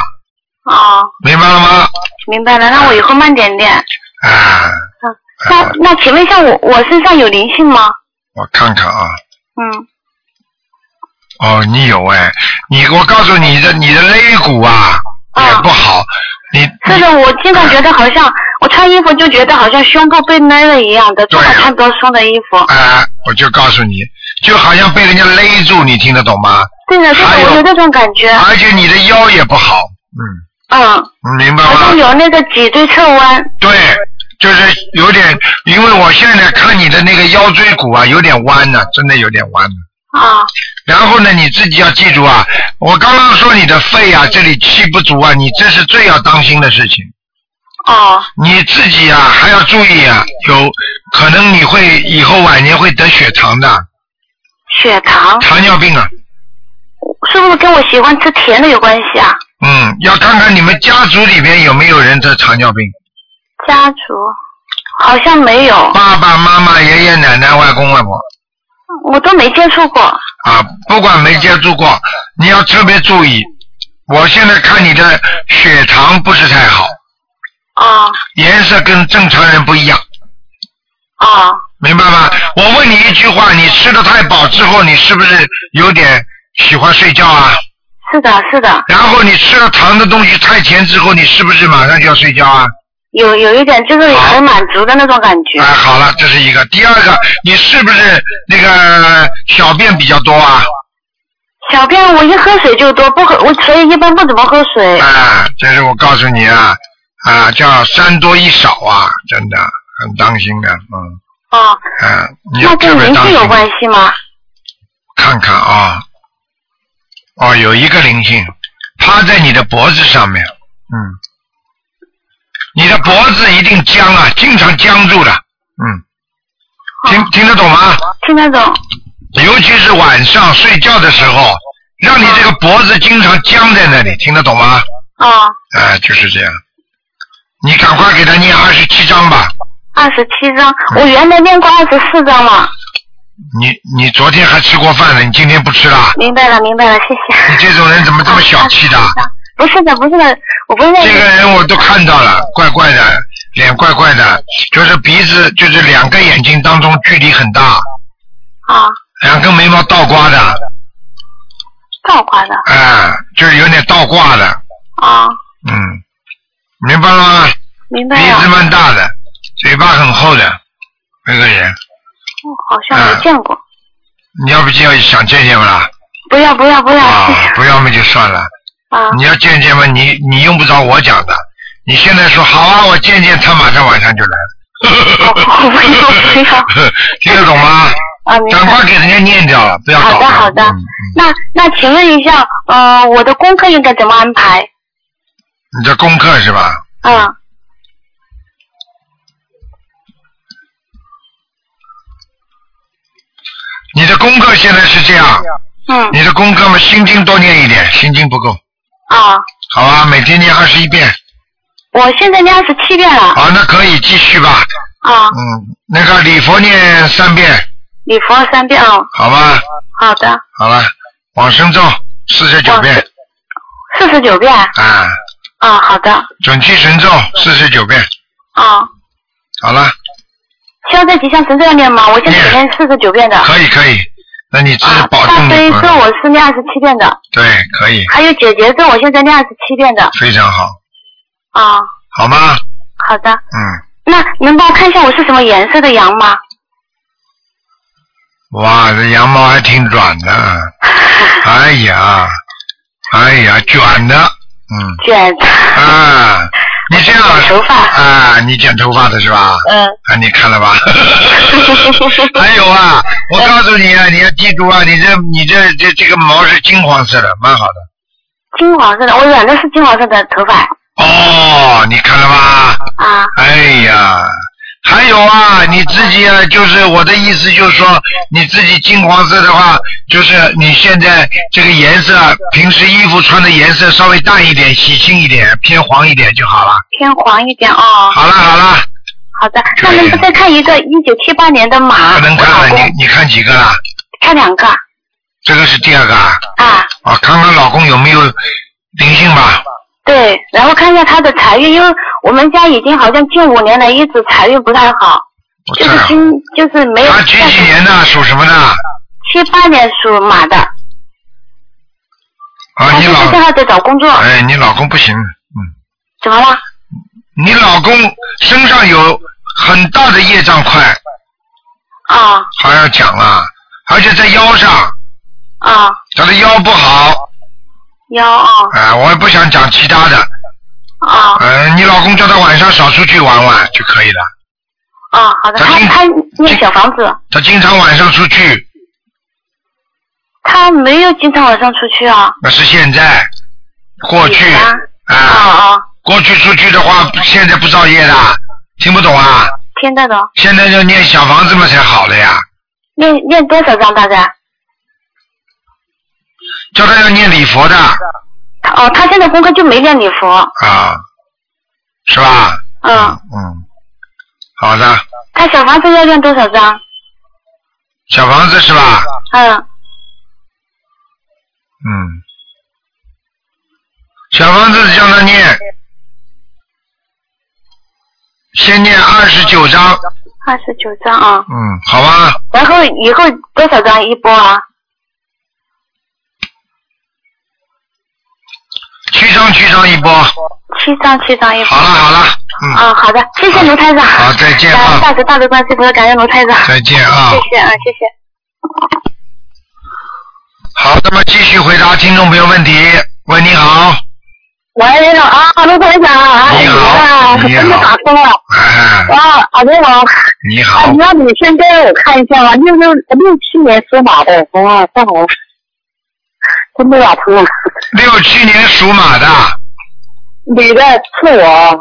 啊，明白了吗？明白了，那我以后慢点 练。啊，那那请问一下我，我身上有灵性吗？我看看啊，嗯，哦，你有哎，你我告诉你的，你的肋骨啊也不好，你是的，我经常觉得好像我穿衣服就觉得好像胸部被勒了一样的，最好穿比较松的衣服。啊，我就告诉你，就好像被人家勒住，你听得懂吗？对的，对还的，有我有这种感觉。而且你的腰也不好，嗯，嗯明白好吗像？有那个脊椎侧弯。对，就是有点，因为我现在看你的那个腰椎骨啊，有点弯呢、真的有点弯。啊然后呢，你自己要记住啊，我刚刚说你的肺啊，这里气不足啊，你这是最要当心的事情。哦你自己啊还要注意啊，有可能你会以后晚年会得血糖的，血糖糖尿病啊。是不是跟我喜欢吃甜的有关系啊？嗯，要看看你们家族里面有没有人得糖尿病，家族好像没有，爸爸妈妈、爷爷奶奶、外公外婆我都没接触过。啊，不管没接触过，你要特别注意。我现在看你的血糖不是太好，哦颜色跟正常人不一样。哦，明白吗？我问你一句话，你吃的太饱之后，你是不是有点喜欢睡觉啊？是的，是的，然后你吃了糖的东西太甜之后，你是不是马上就要睡觉啊？有有一点就是很满足的那种感觉哎，。好了，这是一个。第二个，你是不是那个小便比较多啊？小便我一喝水就多，不喝我所以一般不怎么喝水。啊，这是我告诉你啊，啊，叫三多一少啊，真的很当心的，嗯，哦，啊，你要那特跟别灵当性心。有关系吗？看看啊，哦，有一个灵性趴在你的脖子上面，嗯，你的脖子一定僵啊，经常僵住的，嗯，听听得懂吗？听得懂？尤其是晚上睡觉的时候，让你这个脖子经常僵在那里，听得懂吗？哦，哎，就是这样，你赶快给他念二十七章吧。二十七张，我嗯原来练过二十四张嘛。你你昨天还吃过饭呢，你今天不吃了？明白了，明白了，谢 你谢。这种人怎么这么小气的？不是的，不是的，我不是这个人我都看到了，怪怪的，脸怪怪的，就是鼻子就是两个眼睛当中距离很大，啊，两根眉毛倒挂的，倒挂的哎、就是有点倒挂的，啊，嗯，明白了吗？明鼻白了子，蛮大的，嘴巴很厚的，那个人，我哦好像没见啊过。你要不就要想见见啦？不要不要不要，啊谢谢，不要么就算了。啊你要见见嘛，你你用不着我讲的，你现在说好啊，我见见他，马上晚上就来了。哦不要不要 听得懂吗？啊，明赶白。快给人家念掉了，不要搞好的了好的嗯那那请问一下，呃，我的功课应该怎么安排？你的功课是吧？嗯，你的功课现在是这样，嗯你的功课嘛，心经多念一点，心经不够，啊，好吧？每天念二十一遍，我现在念二十七遍了好，那可以继续吧。啊，嗯，那个礼佛念三遍，礼佛三遍哦，好吧？好的，好了，往生咒四十九遍四十九遍啊，啊，好的准提神咒四十九遍，啊，好了，消灾吉祥神咒要念吗？我现在念每天四十九遍的。可以可以，那你自己啊，保重大你。悲咒嗯我是念二十七遍的，对，可以，还有姐姐咒我现在念二十七遍的非常好，啊。好吗？好的，嗯。那能帮我看一下我是什么颜色的羊吗？哇，这羊毛还挺软的， 哎呀，哎呀，卷的，嗯， 卷的，啊，你这样剪头发啊，你剪头发的是吧？嗯，啊，你看了吧？ 还有啊，我告诉你啊，你要记住啊，你这你这这这个毛是金黄色的，蛮好的，金黄色的，我染的是金黄色的头发哦，你看了吧？啊。哎呀，还有啊，你自己啊，就是我的意思就是说，你自己金黄色的话，就是你现在这个颜色啊，平时衣服穿的颜色稍微淡一点、喜庆一点、偏黄一点就好了。偏黄一点哦。好了好了，好的，那能不能再看一个一九七八年的马？哎不能看了，你你看几个了？看两个这个是第二个啊，啊，啊，看看老公有没有灵性吧。对，然后看一下他的财运，因为我们家已经好像近五年来一直财运不太好，我就这是儿今就是没有啊他几几年的，属什么的？七八年属马的，啊，他你现老在正好在找工作，哎，你老公不行，嗯，怎么了？你老公身上有很大的业障块，啊好像讲了，而且在腰上，啊他的腰不好，腰啊哎、我也不想讲其他的，啊嗯、你老公叫他晚上少出去玩玩就可以了，啊，好的，他他经他念小房子，他经常晚上出去，他没有经常晚上出去啊。那是现在，过去以前啊啊、啊啊，过去出去的话，现在不造业的，听不懂啊？听得懂。现在要念小房子嘛才好了呀，念念多少张大概？叫他要念礼佛的他哦，他现在功课就没念礼佛。啊，是吧？嗯，嗯，好的，他小房子要念多少张？小房子是吧？嗯，嗯，小房子叫他念，先念二十九章，二十九张啊。嗯，好吧？然后以后多少张一波啊？七章七章一波，七张，七张一波。好了好了，嗯，啊，好的，谢谢卢台长。好，再见感恩啊，大慈大悲观世音菩萨，感恩卢台长。再见啊谢。谢啊，谢谢。好，那么继续回答听众朋友问题。喂，你好，喂，你好啊，陆台长，哎你好呀，你好真的打通了，哎，哇，啊，你好，啊，你好哎你，要你先给我看一下吧，六六六七年属马的，哇，正好，真的打通了，六七年属马的，女的是我，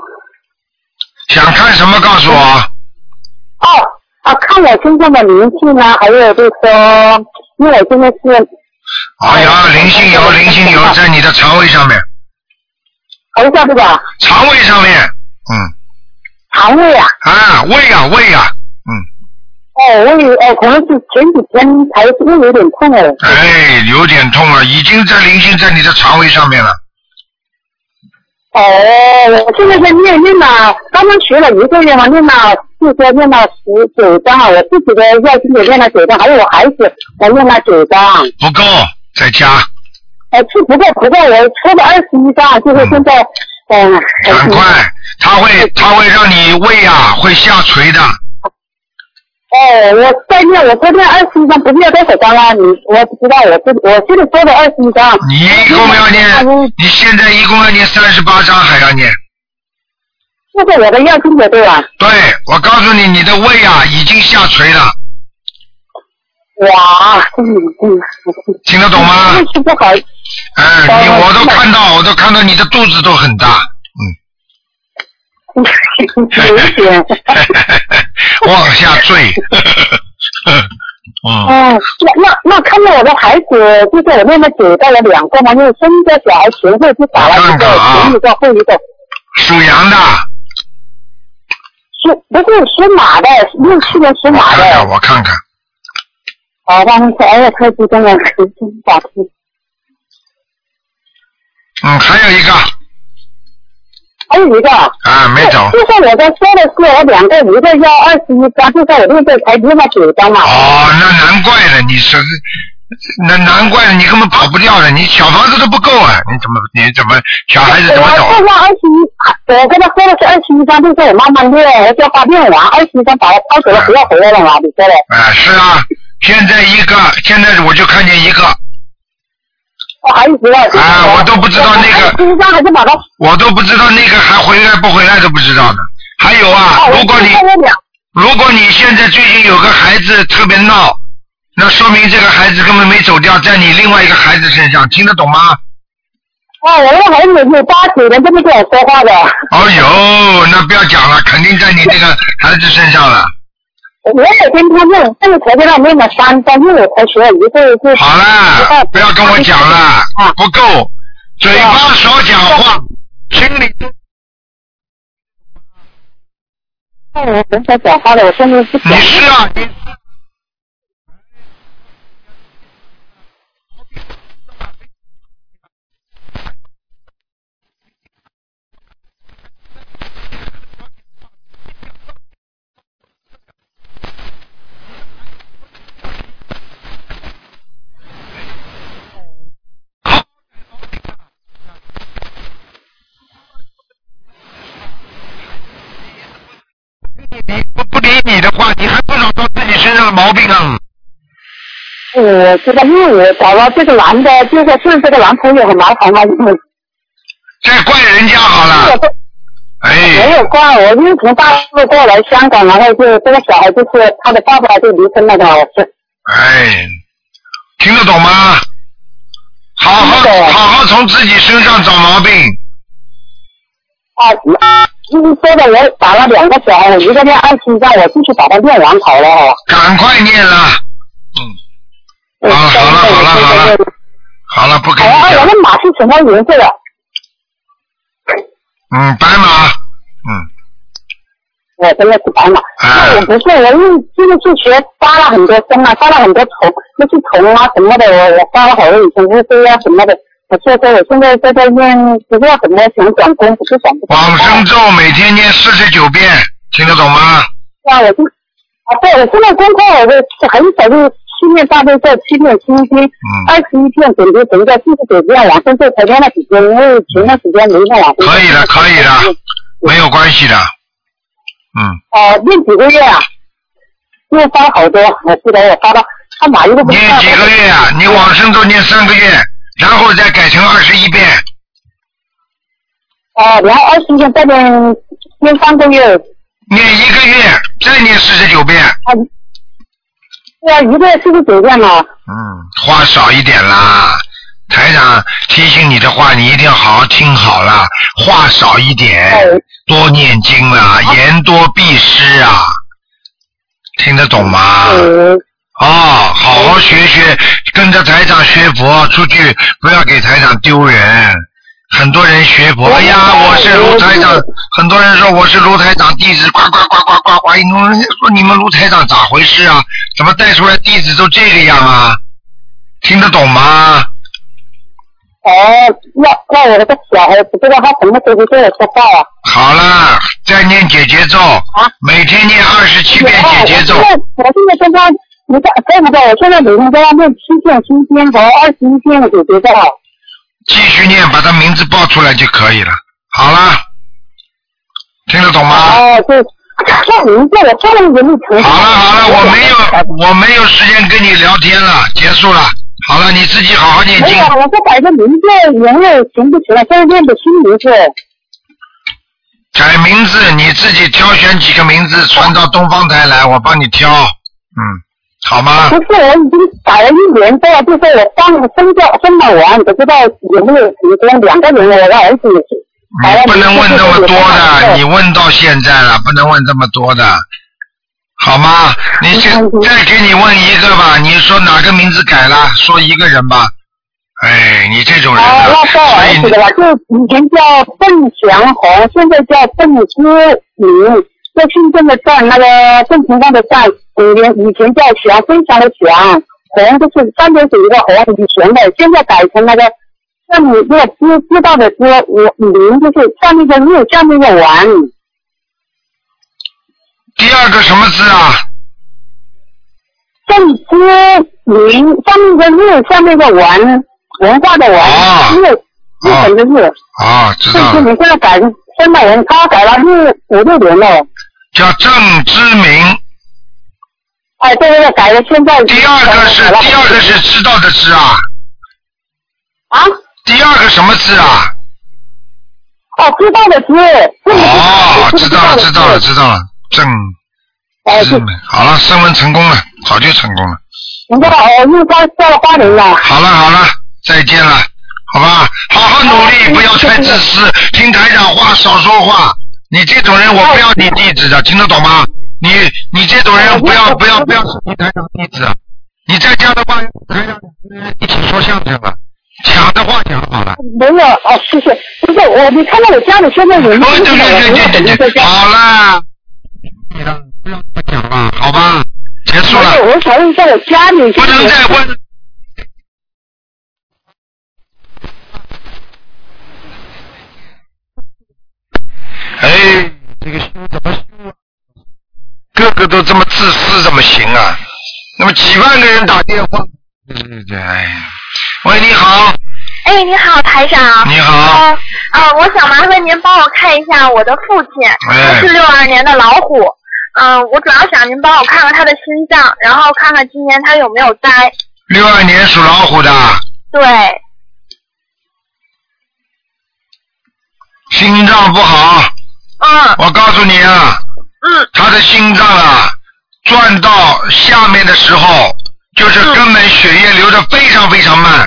想看什么告诉我？哦，啊，看我身上的灵性呢，还有就是呃说，因为我现在是，哎呀，灵性油，灵性油在你的肠胃上面，还哎是这个肠胃上面，嗯。肠胃嗯啊，啊，胃啊，胃啊，嗯，哎哦，我有，哦，可能是前几天才又有点痛哦，哎，有点痛了，已经在灵性在你的肠胃上面了。哦，哎我现在在念念了，刚刚学了一个月嘛，念了四说念了十九章啊，我自己的药经也念了九章，还有我孩子我念了九章，不够，再加，呃，是不够不够，我抽了二十一章，就是现在，嗯，赶快，它会它会让你胃啊会下垂的，哦，我在念，我昨天二十一章，不是要多少章啊？你我不知道，我这我现在说的二十一章，你一共要念，你现在一共要念三十八章，还要念。这是我的药经者对吧？对，我告诉你，你的胃啊已经下垂了，哇，嗯嗯，听得懂吗？运气不好，哎，你我都看到，我都看到你的肚子都很大，有一点。嗯，往下坠，嗯。哦，那那那看见我的孩子，就是我妹妹九带了两个嘛，就是生个小孩前后就打了一个，前一个后一个，啊属羊的，是不是属马的，六七年属我马看看，的。我看看，好，让他说，哎呀，太激动了，真打听。嗯，还有一个还有一个，啊，没走就，像我在说的是，我两个一个要二十一张，就像我那个才六了九张嘛。哦，那难怪了，你是，那难怪了，你根本跑不掉了，你小房子都不够啊，你怎么，你怎么，小孩子怎么哎我走？要二十一，我跟他说的是二十一张，就是我慢慢练，我叫他练完二十一张，把他拍走了，不要回来了嘛，你说的。啊，是啊，现在一个，现在我就看见一个，我还一直在。啊我都不知道那个啊二十一张还是把它我都不知道那个还回来不回来都不知道呢。还有啊，哦如果你如果你现在最近有个孩子特别闹，那说明这个孩子根本没走掉，在你另外一个孩子身上，听得懂吗？哦，我那孩子有八九年这么跟我说话的，哦呦，那不要讲了，肯定在你这个孩子身上了。我也跟他问，这个才跟他问了三张，因为我才学了一个月。好啦，不要跟我讲了啊，不够，嘴巴少讲话，心里那哎我很少讲话的，我现在是你是啊，哎你你不不理你的话，你还不找到自己身上的毛病啊？哎我知道，因为我找了这个男的，就是是这个男朋友很麻烦啊，因为再怪人家好我了，都没哎，有怪我，因为从大陆过来香港，然后就这个小孩就是他的爸爸就离婚了的，是哎，听得懂吗？好好听得懂好好从自己身上找毛病，啊，就是说的我打了两个小孩，我一个念二十张，我继续把它念完好了哈。赶快念啦！嗯，我好了好了好了好了好了，不跟你哎，我讲，那马是什么颜色的？嗯，白马，嗯，我真的是白马。哎那我不是，我因就是去学杀了很多生啊，杀了很多虫，那些虫啊什么的，我我杀了好多以前就是啊什么的。我说说，我现在在这念，不知道怎么想转工，不是转不往生咒每天念四十九遍，听得懂吗？嗯啊，我就啊，对，我现在功课我是很少就七面大悲咒、七面心经、二十一遍准提神咒、四十九遍往生咒，才念了几天，因为前段时间没念往生咒。可以的，可以的，没有关系的，嗯。呃，念几个月啊？又发好多，我记得我发到他哪一个不知道念几个月啊？你往生咒念三个月，然后再改成二十一遍，哦，然后二十天再念念三个月，念一个月，再念四十九遍。啊，对啊，一个月四十九遍嘛。嗯，话少一点啦。台长提醒你的话，你一定要好好听好了，话少一点，哦，多念经啦，言多必失啊，听得懂吗？呃，哦，好好学学，跟着台长学佛，出去不要给台长丢人。很多人学佛，我哎呀，明白我是卢台长我明白，很多人说我是卢台长弟子，呱呱呱呱呱呱，很多人说你们卢台长咋回事啊？怎么带出来弟子都这个样啊？听得懂吗？哦，那那我的小孩不知道他什么时候对我说话啊？好了，再念姐姐咒，每天念二十七遍姐姐咒哦我，现在我现在跟他，你看，对不对？我现在每天都要念七遍心经和二十一遍的解决咒。继续念，把他名字报出来就可以了。好了，听得懂吗？哦，对，那您这我现在人力成啊 好了好了，我没 有我没有时间跟你聊天了，结束了。好了，你自己好好念没经有，。我说改个名字，名字行不行啊？现在念的新名字，改名字，你自己挑选几个名字传到东方台来，我帮你挑。嗯，好吗不？是我已经改了一年多了，就是我刚生掉生了娃，你都不知道有没有成功。两个人，我的儿子也是。哎你嗯不能问那么多的，你问到现在了，不能问这么多的，好吗？你现再给你问一个吧，你说哪个名字改了？说一个人吧。哎，你这种人啊，啊，要叫我所以儿子你的了，就以前叫邓祥红，现在叫邓之明，就姓邓的邓，那个邓平方的邓，以前以前叫祥，飞翔的祥，红就是三点水一个红，以前的，现在改成那个，那你那个知知道的知，我明就是上面一个日，下面一个王，第二个什么字啊？邓之明上面一个日，下面一个王，文化的啊王，日日本的日，哦，知道邓之了。明现在改成现代人，他改了六五六年了。叫郑之明，哎，对对对，改了，现在第二个是第二个是知道的知啊，啊，第二个什么字啊？哦，知道的知，哦，知道了，知道了，嗯知知道了，郑哎，之明，好了，升温成功了，早就成功了。人家哦，又到到了花莲了。好了好了，再见了，好吧？好好努力，不要太自私，听台长话，少说话。你这种人，我不要你弟子的，听得懂吗？你你这种人，不要不要不要是你台长弟子。啊你在家的话，台长一起说相声了，讲的话讲好了。没有哦，谢谢。不是我，你看到我家里现在有一个哦对对人对对对在对对，家。好了，你了，不要再讲了，好吧？结束没了有，，我想问一下我家里。不能再问。哎，这个修怎么修啊？个个都这么自私，怎么行啊？那么几万个人打电话，对对对，哎呀，喂，你好，哎，你好，台长。你好，呃呃，我想麻烦您帮我看一下我的父亲，他哎是六二年的老虎。嗯、我主要想您帮我看看他的心脏，然后看看今年他有没有灾。六二年属老虎的，对，心脏不好，嗯 我告诉你啊，嗯，他的心脏啊，转到下面的时候，就是嗯根本血液流得非常非常慢，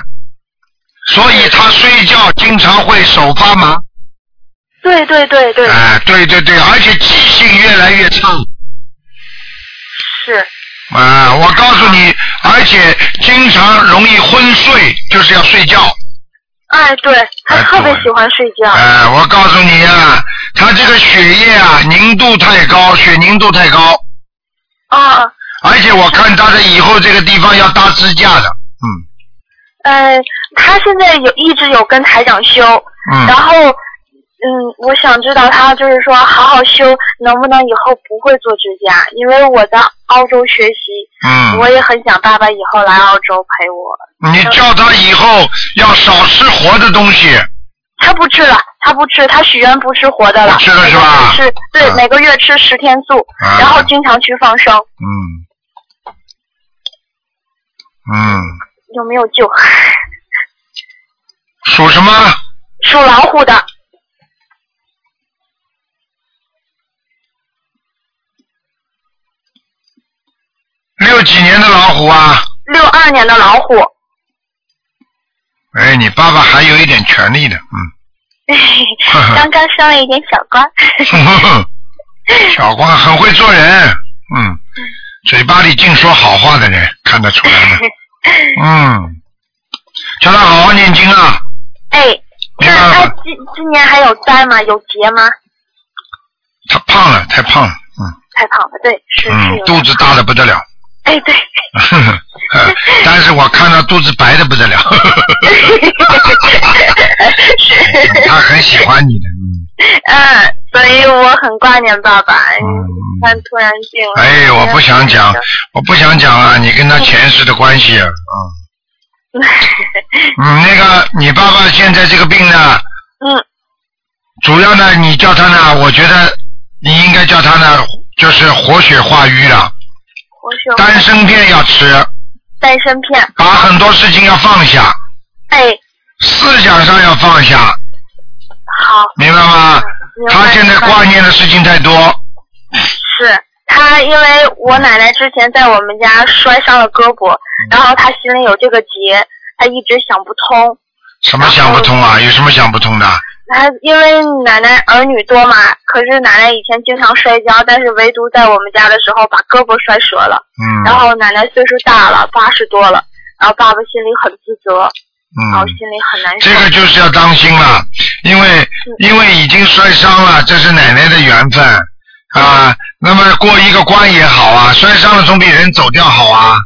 所以他睡觉经常会手发麻。对对对对，哎，对对对，而且记性越来越差。是，啊，我告诉你，而且经常容易昏睡，就是要睡觉。哎，对，他哎特别对喜欢睡觉。哎，我告诉你啊，他这个血液啊凝度太高，血凝度太高，嗯嗯，而且我看他的以后这个地方要搭支架的。嗯呃，他现在有一直有跟台长修，嗯。然后，嗯，我想知道他就是说好好修，能不能以后不会做指甲？因为我在澳洲学习，嗯，我也很想爸爸以后来澳洲陪我。你叫他以后要少吃活的东西，他不吃了，他不吃，他许愿不吃活的了。不吃了是吧每个月吃对，嗯每个月吃十天素，啊然后经常去放生，嗯，嗯，有没有救？ 属什么？属老虎的，六几年的老虎啊？六二年的老虎。哎，你爸爸还有一点权利的，嗯，哎 刚刚生了一点小瓜，小光很会做人，嗯，嘴巴里净说好话的人看得出 来的，嗯，叫他好好念经啊， 哎，那明白他了今今年还有灾吗？有劫吗？他胖了，太胖了，太胖了，对，是嗯是嗯，有肚子大的不得了。哎，对， 呵呵，呃但是我看到肚子白的不得了，他很喜欢你的，嗯，所以我很挂念爸爸。嗯他突然病了。哎我不想讲我不想讲了，你跟他前世的关系啊，嗯，嗯，那个你爸爸现在这个病呢， 嗯，主要呢，你叫他呢，我觉得你应该叫他呢，就是活血化瘀了，我是丹参片要吃，丹参片。把很多事情要放下，哎，思想上要放下，好，明白吗？明白。他现在明白挂念的事情太多，是他，因为我奶奶之前在我们家摔伤了胳膊，嗯然后他心里有这个结，他一直想不通。什么想不通啊？有什么想不通的？他因为奶奶儿女多嘛，可是奶奶以前经常摔跤，但是唯独在我们家的时候把胳膊摔折了。嗯，然后奶奶岁数大了，八十多了，然后爸爸心里很自责，然后嗯心，里很难受。这个就是要当心了，因为因为已经摔伤了，这是奶奶的缘分啊。那么过一个关也好啊，摔伤了总比人走掉好啊，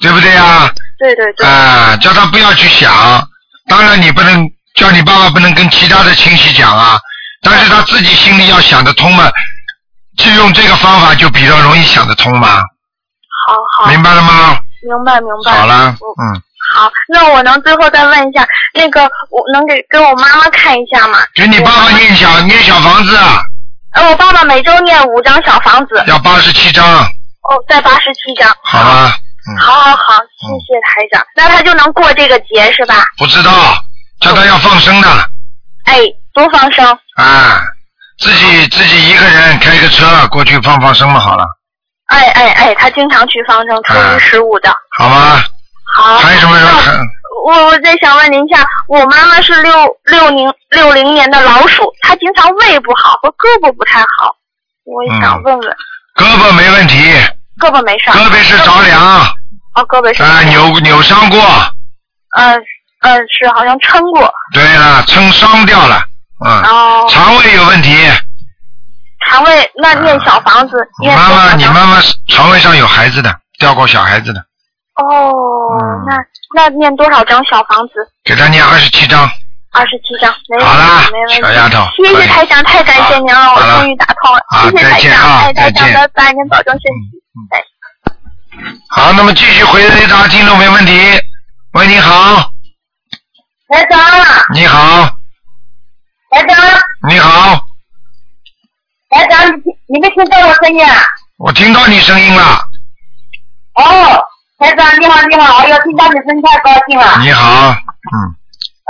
对不对啊？对对对，啊，叫他不要去想。当然你不能叫你爸爸不能跟其他的亲戚讲啊，但是他自己心里要想得通嘛，就用这个方法就比较容易想得通嘛，好好，明白了吗？明白明白。好了，我嗯。好，那我能最后再问一下，那个我能给给我妈妈看一下吗？给你爸爸念小念小房子啊，呃，我爸爸每周念五张小房子，要八十七张，哦，在八十七张。好嗯吧？好好好，谢谢台长。那他就能过这个节是吧？不知道，叫他要放生的哎，多放生。嗯啊，自己自己一个人开个车过去放放生嘛，好了，哎哎哎，他经常去放生，初啊一十五的。好吗？好，还有什么那人？我我再想问您一下，我妈妈是六六零六零年的老鼠，她经常胃不好和胳膊不太好，我也想问问，胳膊没问题，胳膊没事儿，嗯胳膊啊是着凉，啊、哦，胳膊是着凉，扭扭伤过，呃呃是好像撑过，对了，撑伤掉了，嗯，哦，肠胃有问题，肠胃那念小房子，你念妈多啊妈少你张妈妈肠胃上有孩子的，掉过小孩子的，哦嗯，那那念多少张小房子？给她念二十七章，二十七张，没问好啦题，没问，题。小丫头，谢谢台长，太感谢您了，我好了终于打通了好，谢谢再台见长，啊哎，台长，再见嗯拜拜，您保重身体。好，那么继续回答听众没问题。喂，你好，台长，啊你好，台长，你好，台长，你你没听到我声音啊？我听到你声音了。哦，台长你好你好，哎呦，听到你声音太高兴了。你好，嗯，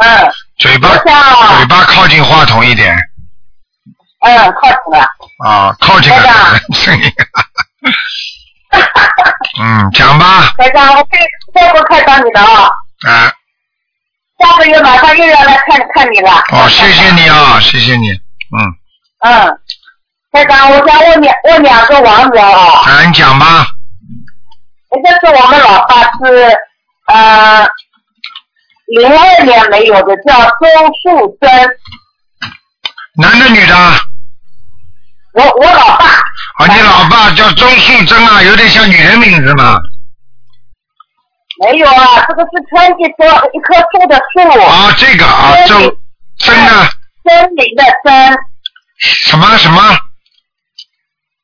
嗯，嘴巴我嘴想，巴靠近话筒一点嗯，靠谱了。啊，靠近台了长声音。 嗯，讲吧，台长，我再再不看到你了啊、啊，下个月马上又要来看看你了。哦，谢谢你啊，谢谢你，嗯，嗯，台长，我想问两问两个王人啊，啊，你讲吧，一个是我们老爸是呃零二年没有的，叫周树珍，男的女的？啊，我我老爸，你老爸叫周素贞啊，有点像女人名字嘛。没有啊，这个是村一棵一棵树的树，啊，这个啊，周真的森林的森，什么什么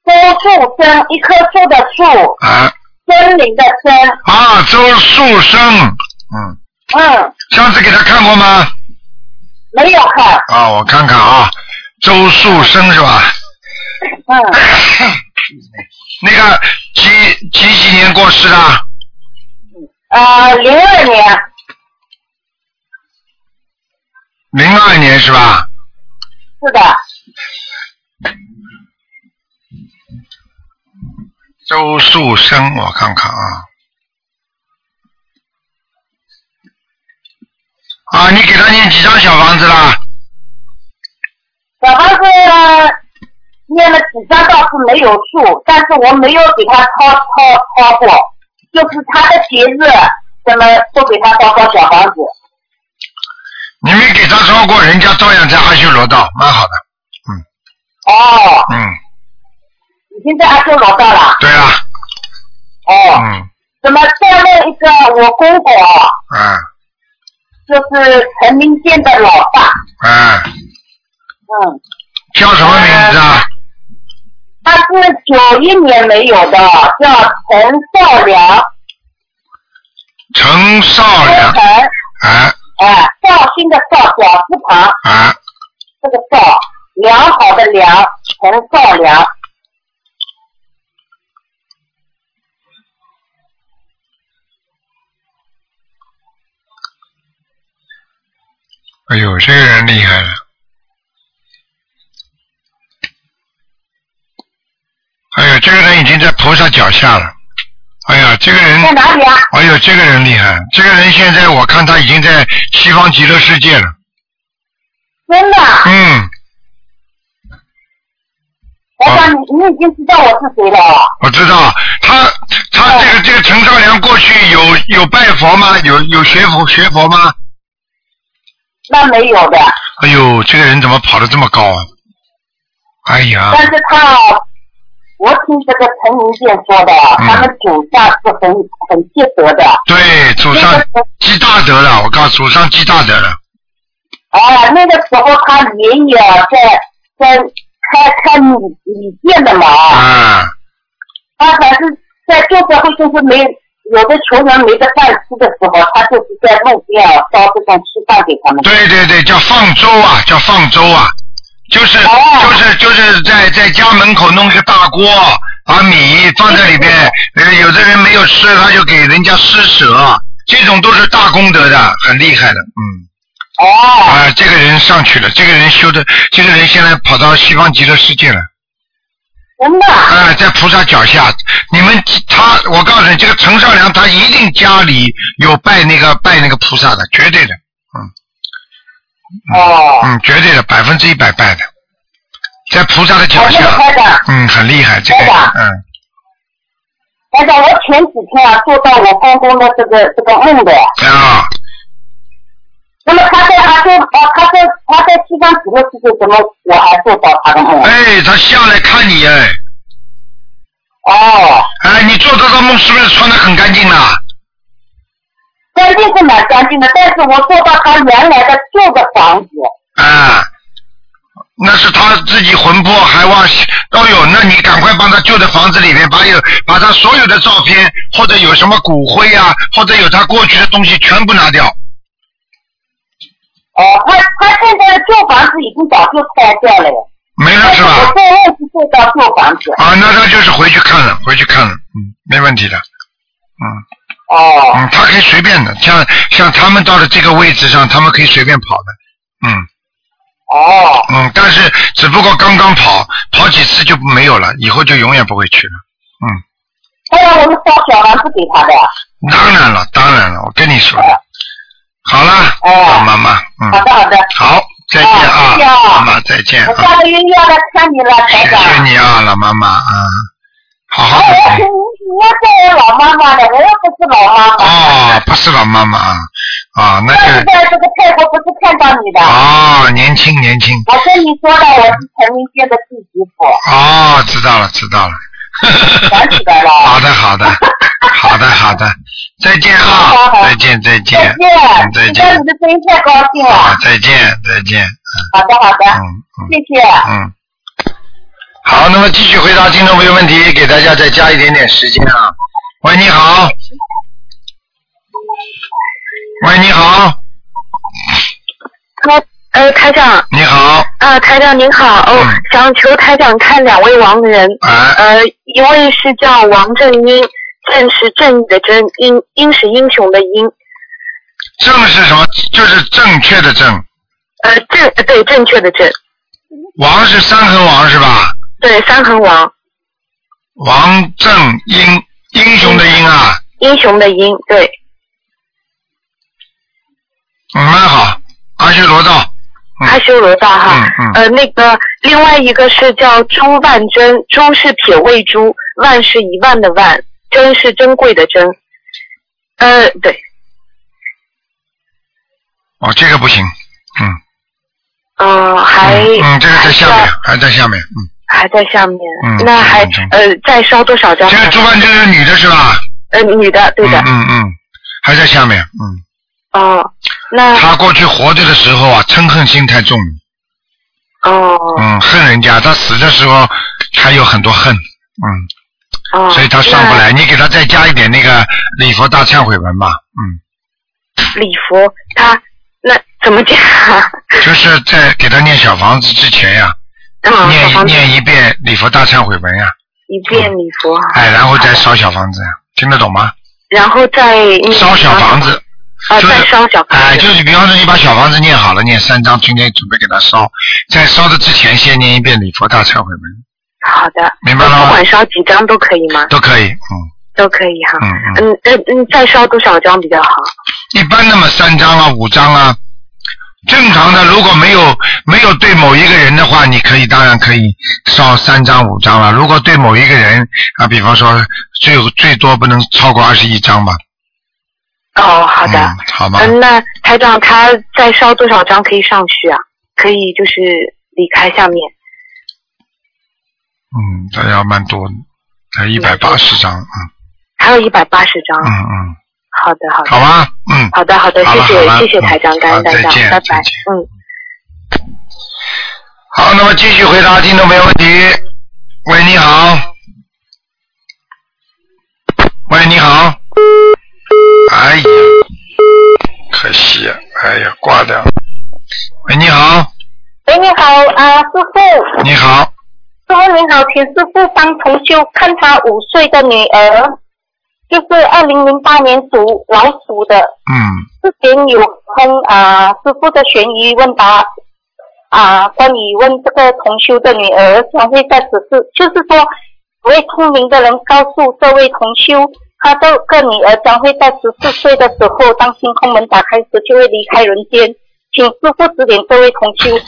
周树珍，一棵树的树，啊森林的森，啊，周素生，嗯，嗯，上次给他看过吗？没有看，啊，我看看啊，周素生是吧？嗯，那个几几几年过世的？呃，零二年，零二年是吧？是的，周素生，我看看啊。啊，你给他念几张小房子啦？小房子念了几张倒是没有数，但是我没有给他超超超过，就是他的节日什么都给他烧烧小房子。你没给他超过，人家照样在阿修罗道，蛮好的。哦，嗯，已经在阿修罗道了。对了，哦，嗯，怎么再问一个我公公啊，啊就是陈明坚的老爸，啊，嗯，叫什么名字啊？他是九一年没有的，叫陈少良，陈少陈良，哎、啊绍兴的绍，小字旁，啊，这个绍，良好的良，陈少良。哎呦，这个人厉害了。哎呦，这个人已经在菩萨脚下了。哎呀，这个在人，哪里啊？哎呦，这个人厉害。这个人现在我看他已经在西方极乐世界了。真的啊，嗯，台长，你你已经知道我是谁了啊？我知道他，他这个这个陈少良过去有有拜佛吗？有有学佛学佛吗？那没有的，哎呦，这个人怎么跑得这么高啊？哎呀但，是他啊，我听这个陈明健说的啊，嗯他们酒下是很很积德的。对，祖那上个时积大德了，我告诉祖上积大德了。啊，那个时候他爷爷啊在在开开米米店的嘛，哦啊，他还是在旧社会就是没有的穷人没得饭吃的时候，他就是在路边啊烧这种吃饭给他们。对对对，叫放粥啊，叫放粥啊，就是哦就是就是在在家门口弄一个大锅，把米放在里边，呃，有的人没有吃，他就给人家施舍，这种都是大功德的，很厉害的，嗯。哦，啊，这个人上去了，这个人修的，这个人现在跑到西方极乐世界了。我真的啊，啊，在菩萨脚下，你们他，我告诉你，这个陈少良他一定家里有拜那个拜那个菩萨的，绝对的，哦，嗯，绝对的，百分之一百拜的，在菩萨的脚我哦这个下，台长，嗯，很厉害，这个台长，嗯，台长，我前几天啊做到我公公的这个这个梦的，哦啊，那么他在他在啊他在他在西方极乐世界怎么我还做到他的梦？哎，他下来看你，哎，哦，哎，你做这个梦是不是穿的很干净了？干净是蛮干净的，但是我做到他原来的旧的房子。啊，那是他自己魂魄还往西都有，那你赶快帮他旧的房子里面把有把他所有的照片或者有什么骨灰啊，或者有他过去的东西全部拿掉。哦，他他现在的旧房子已经早就拆掉了耶，没了啊但是是吧我？做梦是做到旧房子。啊，那他就是回去看了，回去看了，嗯，没问题的，嗯哦，嗯，他可以随便的，像像他们到了这个位置上，他们可以随便跑的，嗯哦，嗯，但是只不过刚刚跑跑几次就没有了，以后就永远不会去了，嗯。后来我们烧小房子给他的。当然了，当然了，我跟你说的。好啦，哎老妈妈，嗯好，的，好的，好，再见哎啊再见，啊妈妈，再见我啊，下个月又要来看你了，台谢长。谢你啊，老妈妈啊，好好哎，我的是。你要叫我老妈妈的，我又不是老妈妈。哦，不是老妈妈啊，啊，那但是就在这个泰国不是看到你的，哦，年轻年轻，我跟你说的，我是陈明街的地媳妇，哦，知道了知道了，想起来了。好的好 的，好的好的，再见好啊，好再见再再见，嗯再见，听到见你的声音太高兴啊了。，再见再见，好的，好的，嗯嗯。谢谢。嗯，好，那么继续回答听众朋友问题，给大家再加一点点时间啊。喂，你好。喂，你好，台呃台长你好，呃台长您好哦嗯，想求台长看两位亡人，哎，呃一位是叫王正英，正是正义的正，英英是英雄的英，正是什么？就是正确的正，呃正呃对正确的正，王是三横王是吧？对三横王，王正英，英雄的英啊，英雄的英对。嗯，蛮好，阿修罗道，嗯阿修罗道哈，嗯嗯呃，那个另外一个是叫朱万珍，朱是撇位朱，万是一万的万，珍是珍贵的珍，呃，对，哦，这个不行，嗯，呃，哎还、嗯，嗯这个在下面还需要，还在下面，还在下面，嗯那还嗯嗯呃再烧多少嗯，张呢这？个朱万珍是女的是吧？呃，女的，对的，嗯嗯嗯，还在下面，嗯。哦、那他过去活着的时候啊，嗔恨心太重了，哦嗯，恨人家。他死的时候还有很多恨，嗯，哦，所以他上不来。你给他再加一点那个礼佛大忏悔文吧，嗯，那礼佛，他那怎么讲？啊 就是在给他念小房子之前呀、嗯，小念一房子念一遍礼佛大忏悔文呀、一遍礼佛，啊哎，然后再烧小房子呀、听得懂吗？然后再念烧小房子，啊，就是再烧小房哎，子，就是比方说你把小房子念好了，念三张，今天准备给他烧，在烧的之前先念一遍礼佛大忏悔文，好的。明白了不吗？管烧几张都可以吗？都可以，嗯都可以哈。嗯嗯。嗯嗯嗯，再烧多少张比较好？一般那么三张啊、五张啊，正常的如果没有没有对某一个人的话，你可以当然可以烧三张五张了。如果对某一个人啊，比方说最最多不能超过二十一张吧。哦，好的。嗯，好吗？嗯，那台长他再烧多少张可以上去啊？可以就是离开下面嗯，这要蛮多的，才一百八十张，嗯还有一百八十张。嗯嗯，好的，好的。好吧，嗯。好的，好的，好谢了谢好了谢谢嗯台长，感好恩台再长，见拜再拜见。嗯。好，那么继续回答听众朋友问题。喂，你好。喂，你好。哎呀，可惜呀、哎呀，挂掉了。喂，你好，喂，你好啊，师傅。你好，师傅您好，请师傅帮同修看他五岁的女儿，就是二零零八年属老鼠的，嗯，之前有跟啊、师傅的悬疑问答啊，关于问这个同修的女儿将会在此事，就是说，为通灵的人告诉这位同修，他这个女儿将会在十四岁的时候，当星空门打开时就会离开人间，请师傅指点这位同修。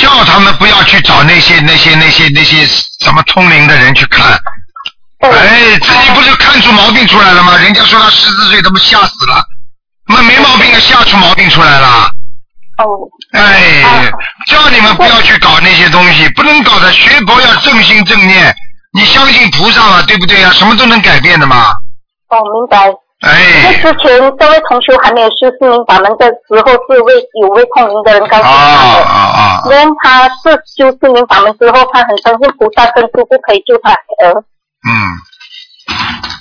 叫他们不要去找那些那些那些那些什么通灵的人去看。哎，自己不是看出毛病出来了吗？人家说他十四岁，他们吓死了。那没毛病啊，吓出毛病出来了。哦。哎，叫你们不要去搞那些东西，不能搞的。学佛要正心正念，你相信菩萨嘛，对不对呀、什么都能改变的嘛。哦，明白。哎。 这之前这位同修还没有修心灵法门的时候，是位有位通灵的人告诉他的。啊啊！因为他是修心灵法门之后，他很相信菩萨跟师傅可以救他孩儿。嗯，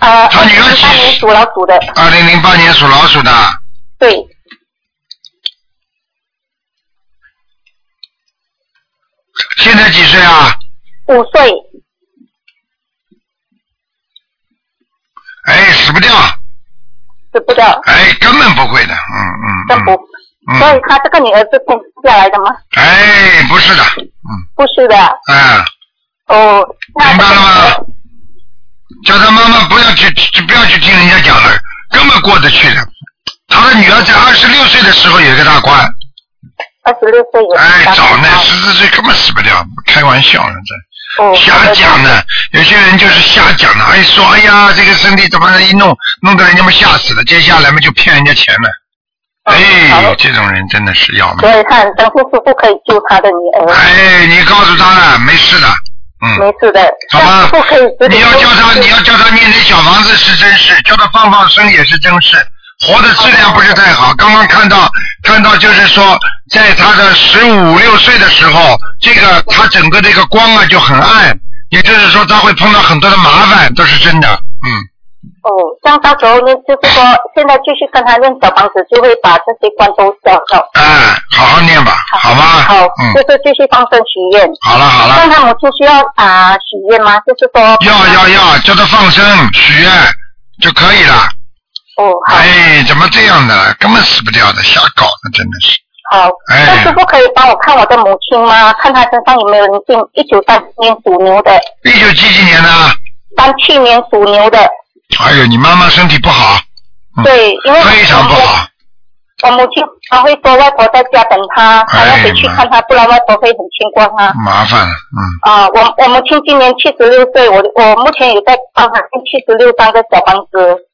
啊呃，他女儿八年属老鼠的，二零零八年属老鼠的，对，现在几岁啊？五岁。哎，死不掉。死不掉。哎，根本不会的，嗯嗯。真不。所以他这个女儿是天生下来的吗？哎，不是的，不是的，哎，哦，明白了吗？叫他妈妈不要去，去不要去听人家讲了，根本过得去的。他的女儿在二十六岁的时候有一个大官，二十六岁有。哎，早呢，十四岁根本死不掉，开玩笑呢，哦这、哦瞎讲呢。有些人就是瞎讲的，哎，说哎呀，这个身体怎么一弄，弄得人家们吓死了，接下来嘛就骗人家钱了。哎，这种人真的是要命。所以他很相信师傅可以救他的女儿。哎，你告诉他了，没事的，嗯。嗯没事的，好 吧不可以指点。你要叫他，你要叫他念那小房子是真事，叫他放放生也是真事。活的质哦量不是太好，刚刚看到看到就是说，在他的十五六岁的时候，这个他整个这个光啊就很暗，也就是说他会碰到很多的麻烦，都是真的。嗯，哦，这样到时候呢，就是说现在继续跟他念小房子，就会把这些关都消掉。哎，好好念吧，好吗？好，嗯嗯就是继续放生许愿。好了好了那他母亲需要啊、许愿吗？就是说。要要要，叫他放生许愿就可以了。哦，好。哎，怎么这样的？根本死不掉的，瞎搞的，真的是。好，那哎师傅可以帮我看我的母亲吗？看她身上有没有灵性？一九三年属牛的，一九几几年的？三七年属牛的，哎呦，你妈妈身体不好，嗯对，因为非常不哦好。我母亲她会说外婆在家等她，她要回去看她，不然外婆会很牵挂她。麻烦了，哎嗯。啊，我我母亲今年七十六岁，我我目前也在帮她念七十六张的小房子，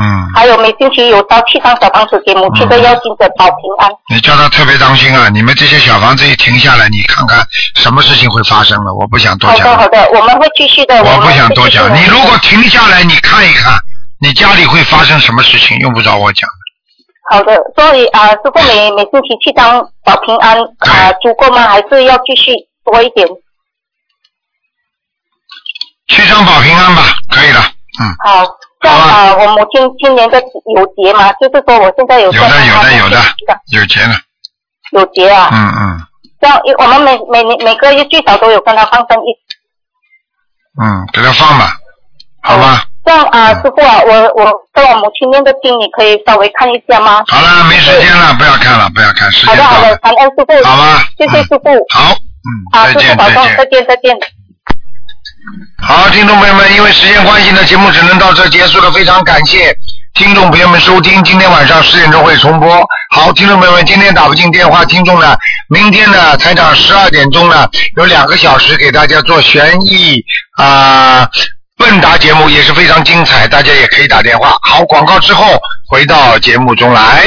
嗯，还有每星期有烧七张小房子给母亲的要经者保平安。你叫他特别当心啊！你们这些小房子一停下来，你看看什么事情会发生了。我不想多好讲的哦好了，的，我们会继续的。我们不会想多继续的讲。你如果停下来，你看一看，你家里会发生什么事情，用不着我讲。好的，所以啊，师傅每每星期七张保平安啊，足够吗？还是要继续多一点？哦七张保平安吧，可以了。嗯，好，这样啊，我母亲今年的有节嘛，就是说我现在有有的有的有的，有钱了。有节啊，嗯嗯这样我们每每年每个月最少都有跟他放生一嗯，给他放吧，好吧。这样啊，嗯师傅啊，我我跟我母亲念的经，你可以稍微看一下吗？好了，没时间了，不要看了，不要看，时好间的到好的了，。感恩师傅，好吧嗯谢谢师傅，好，嗯啊，再师傅见保再重，见再。见再见。好，听众朋友们，因为时间关系呢，节目只能到这结束了。非常感谢听众朋友们收听，今天晚上十点钟会重播。好，听众朋友们，今天打不进电话，听众呢，明天呢，台长十二点钟呢，有两个小时给大家做悬疑啊、问答节目，也是非常精彩，大家也可以打电话。好，广告之后回到节目中来。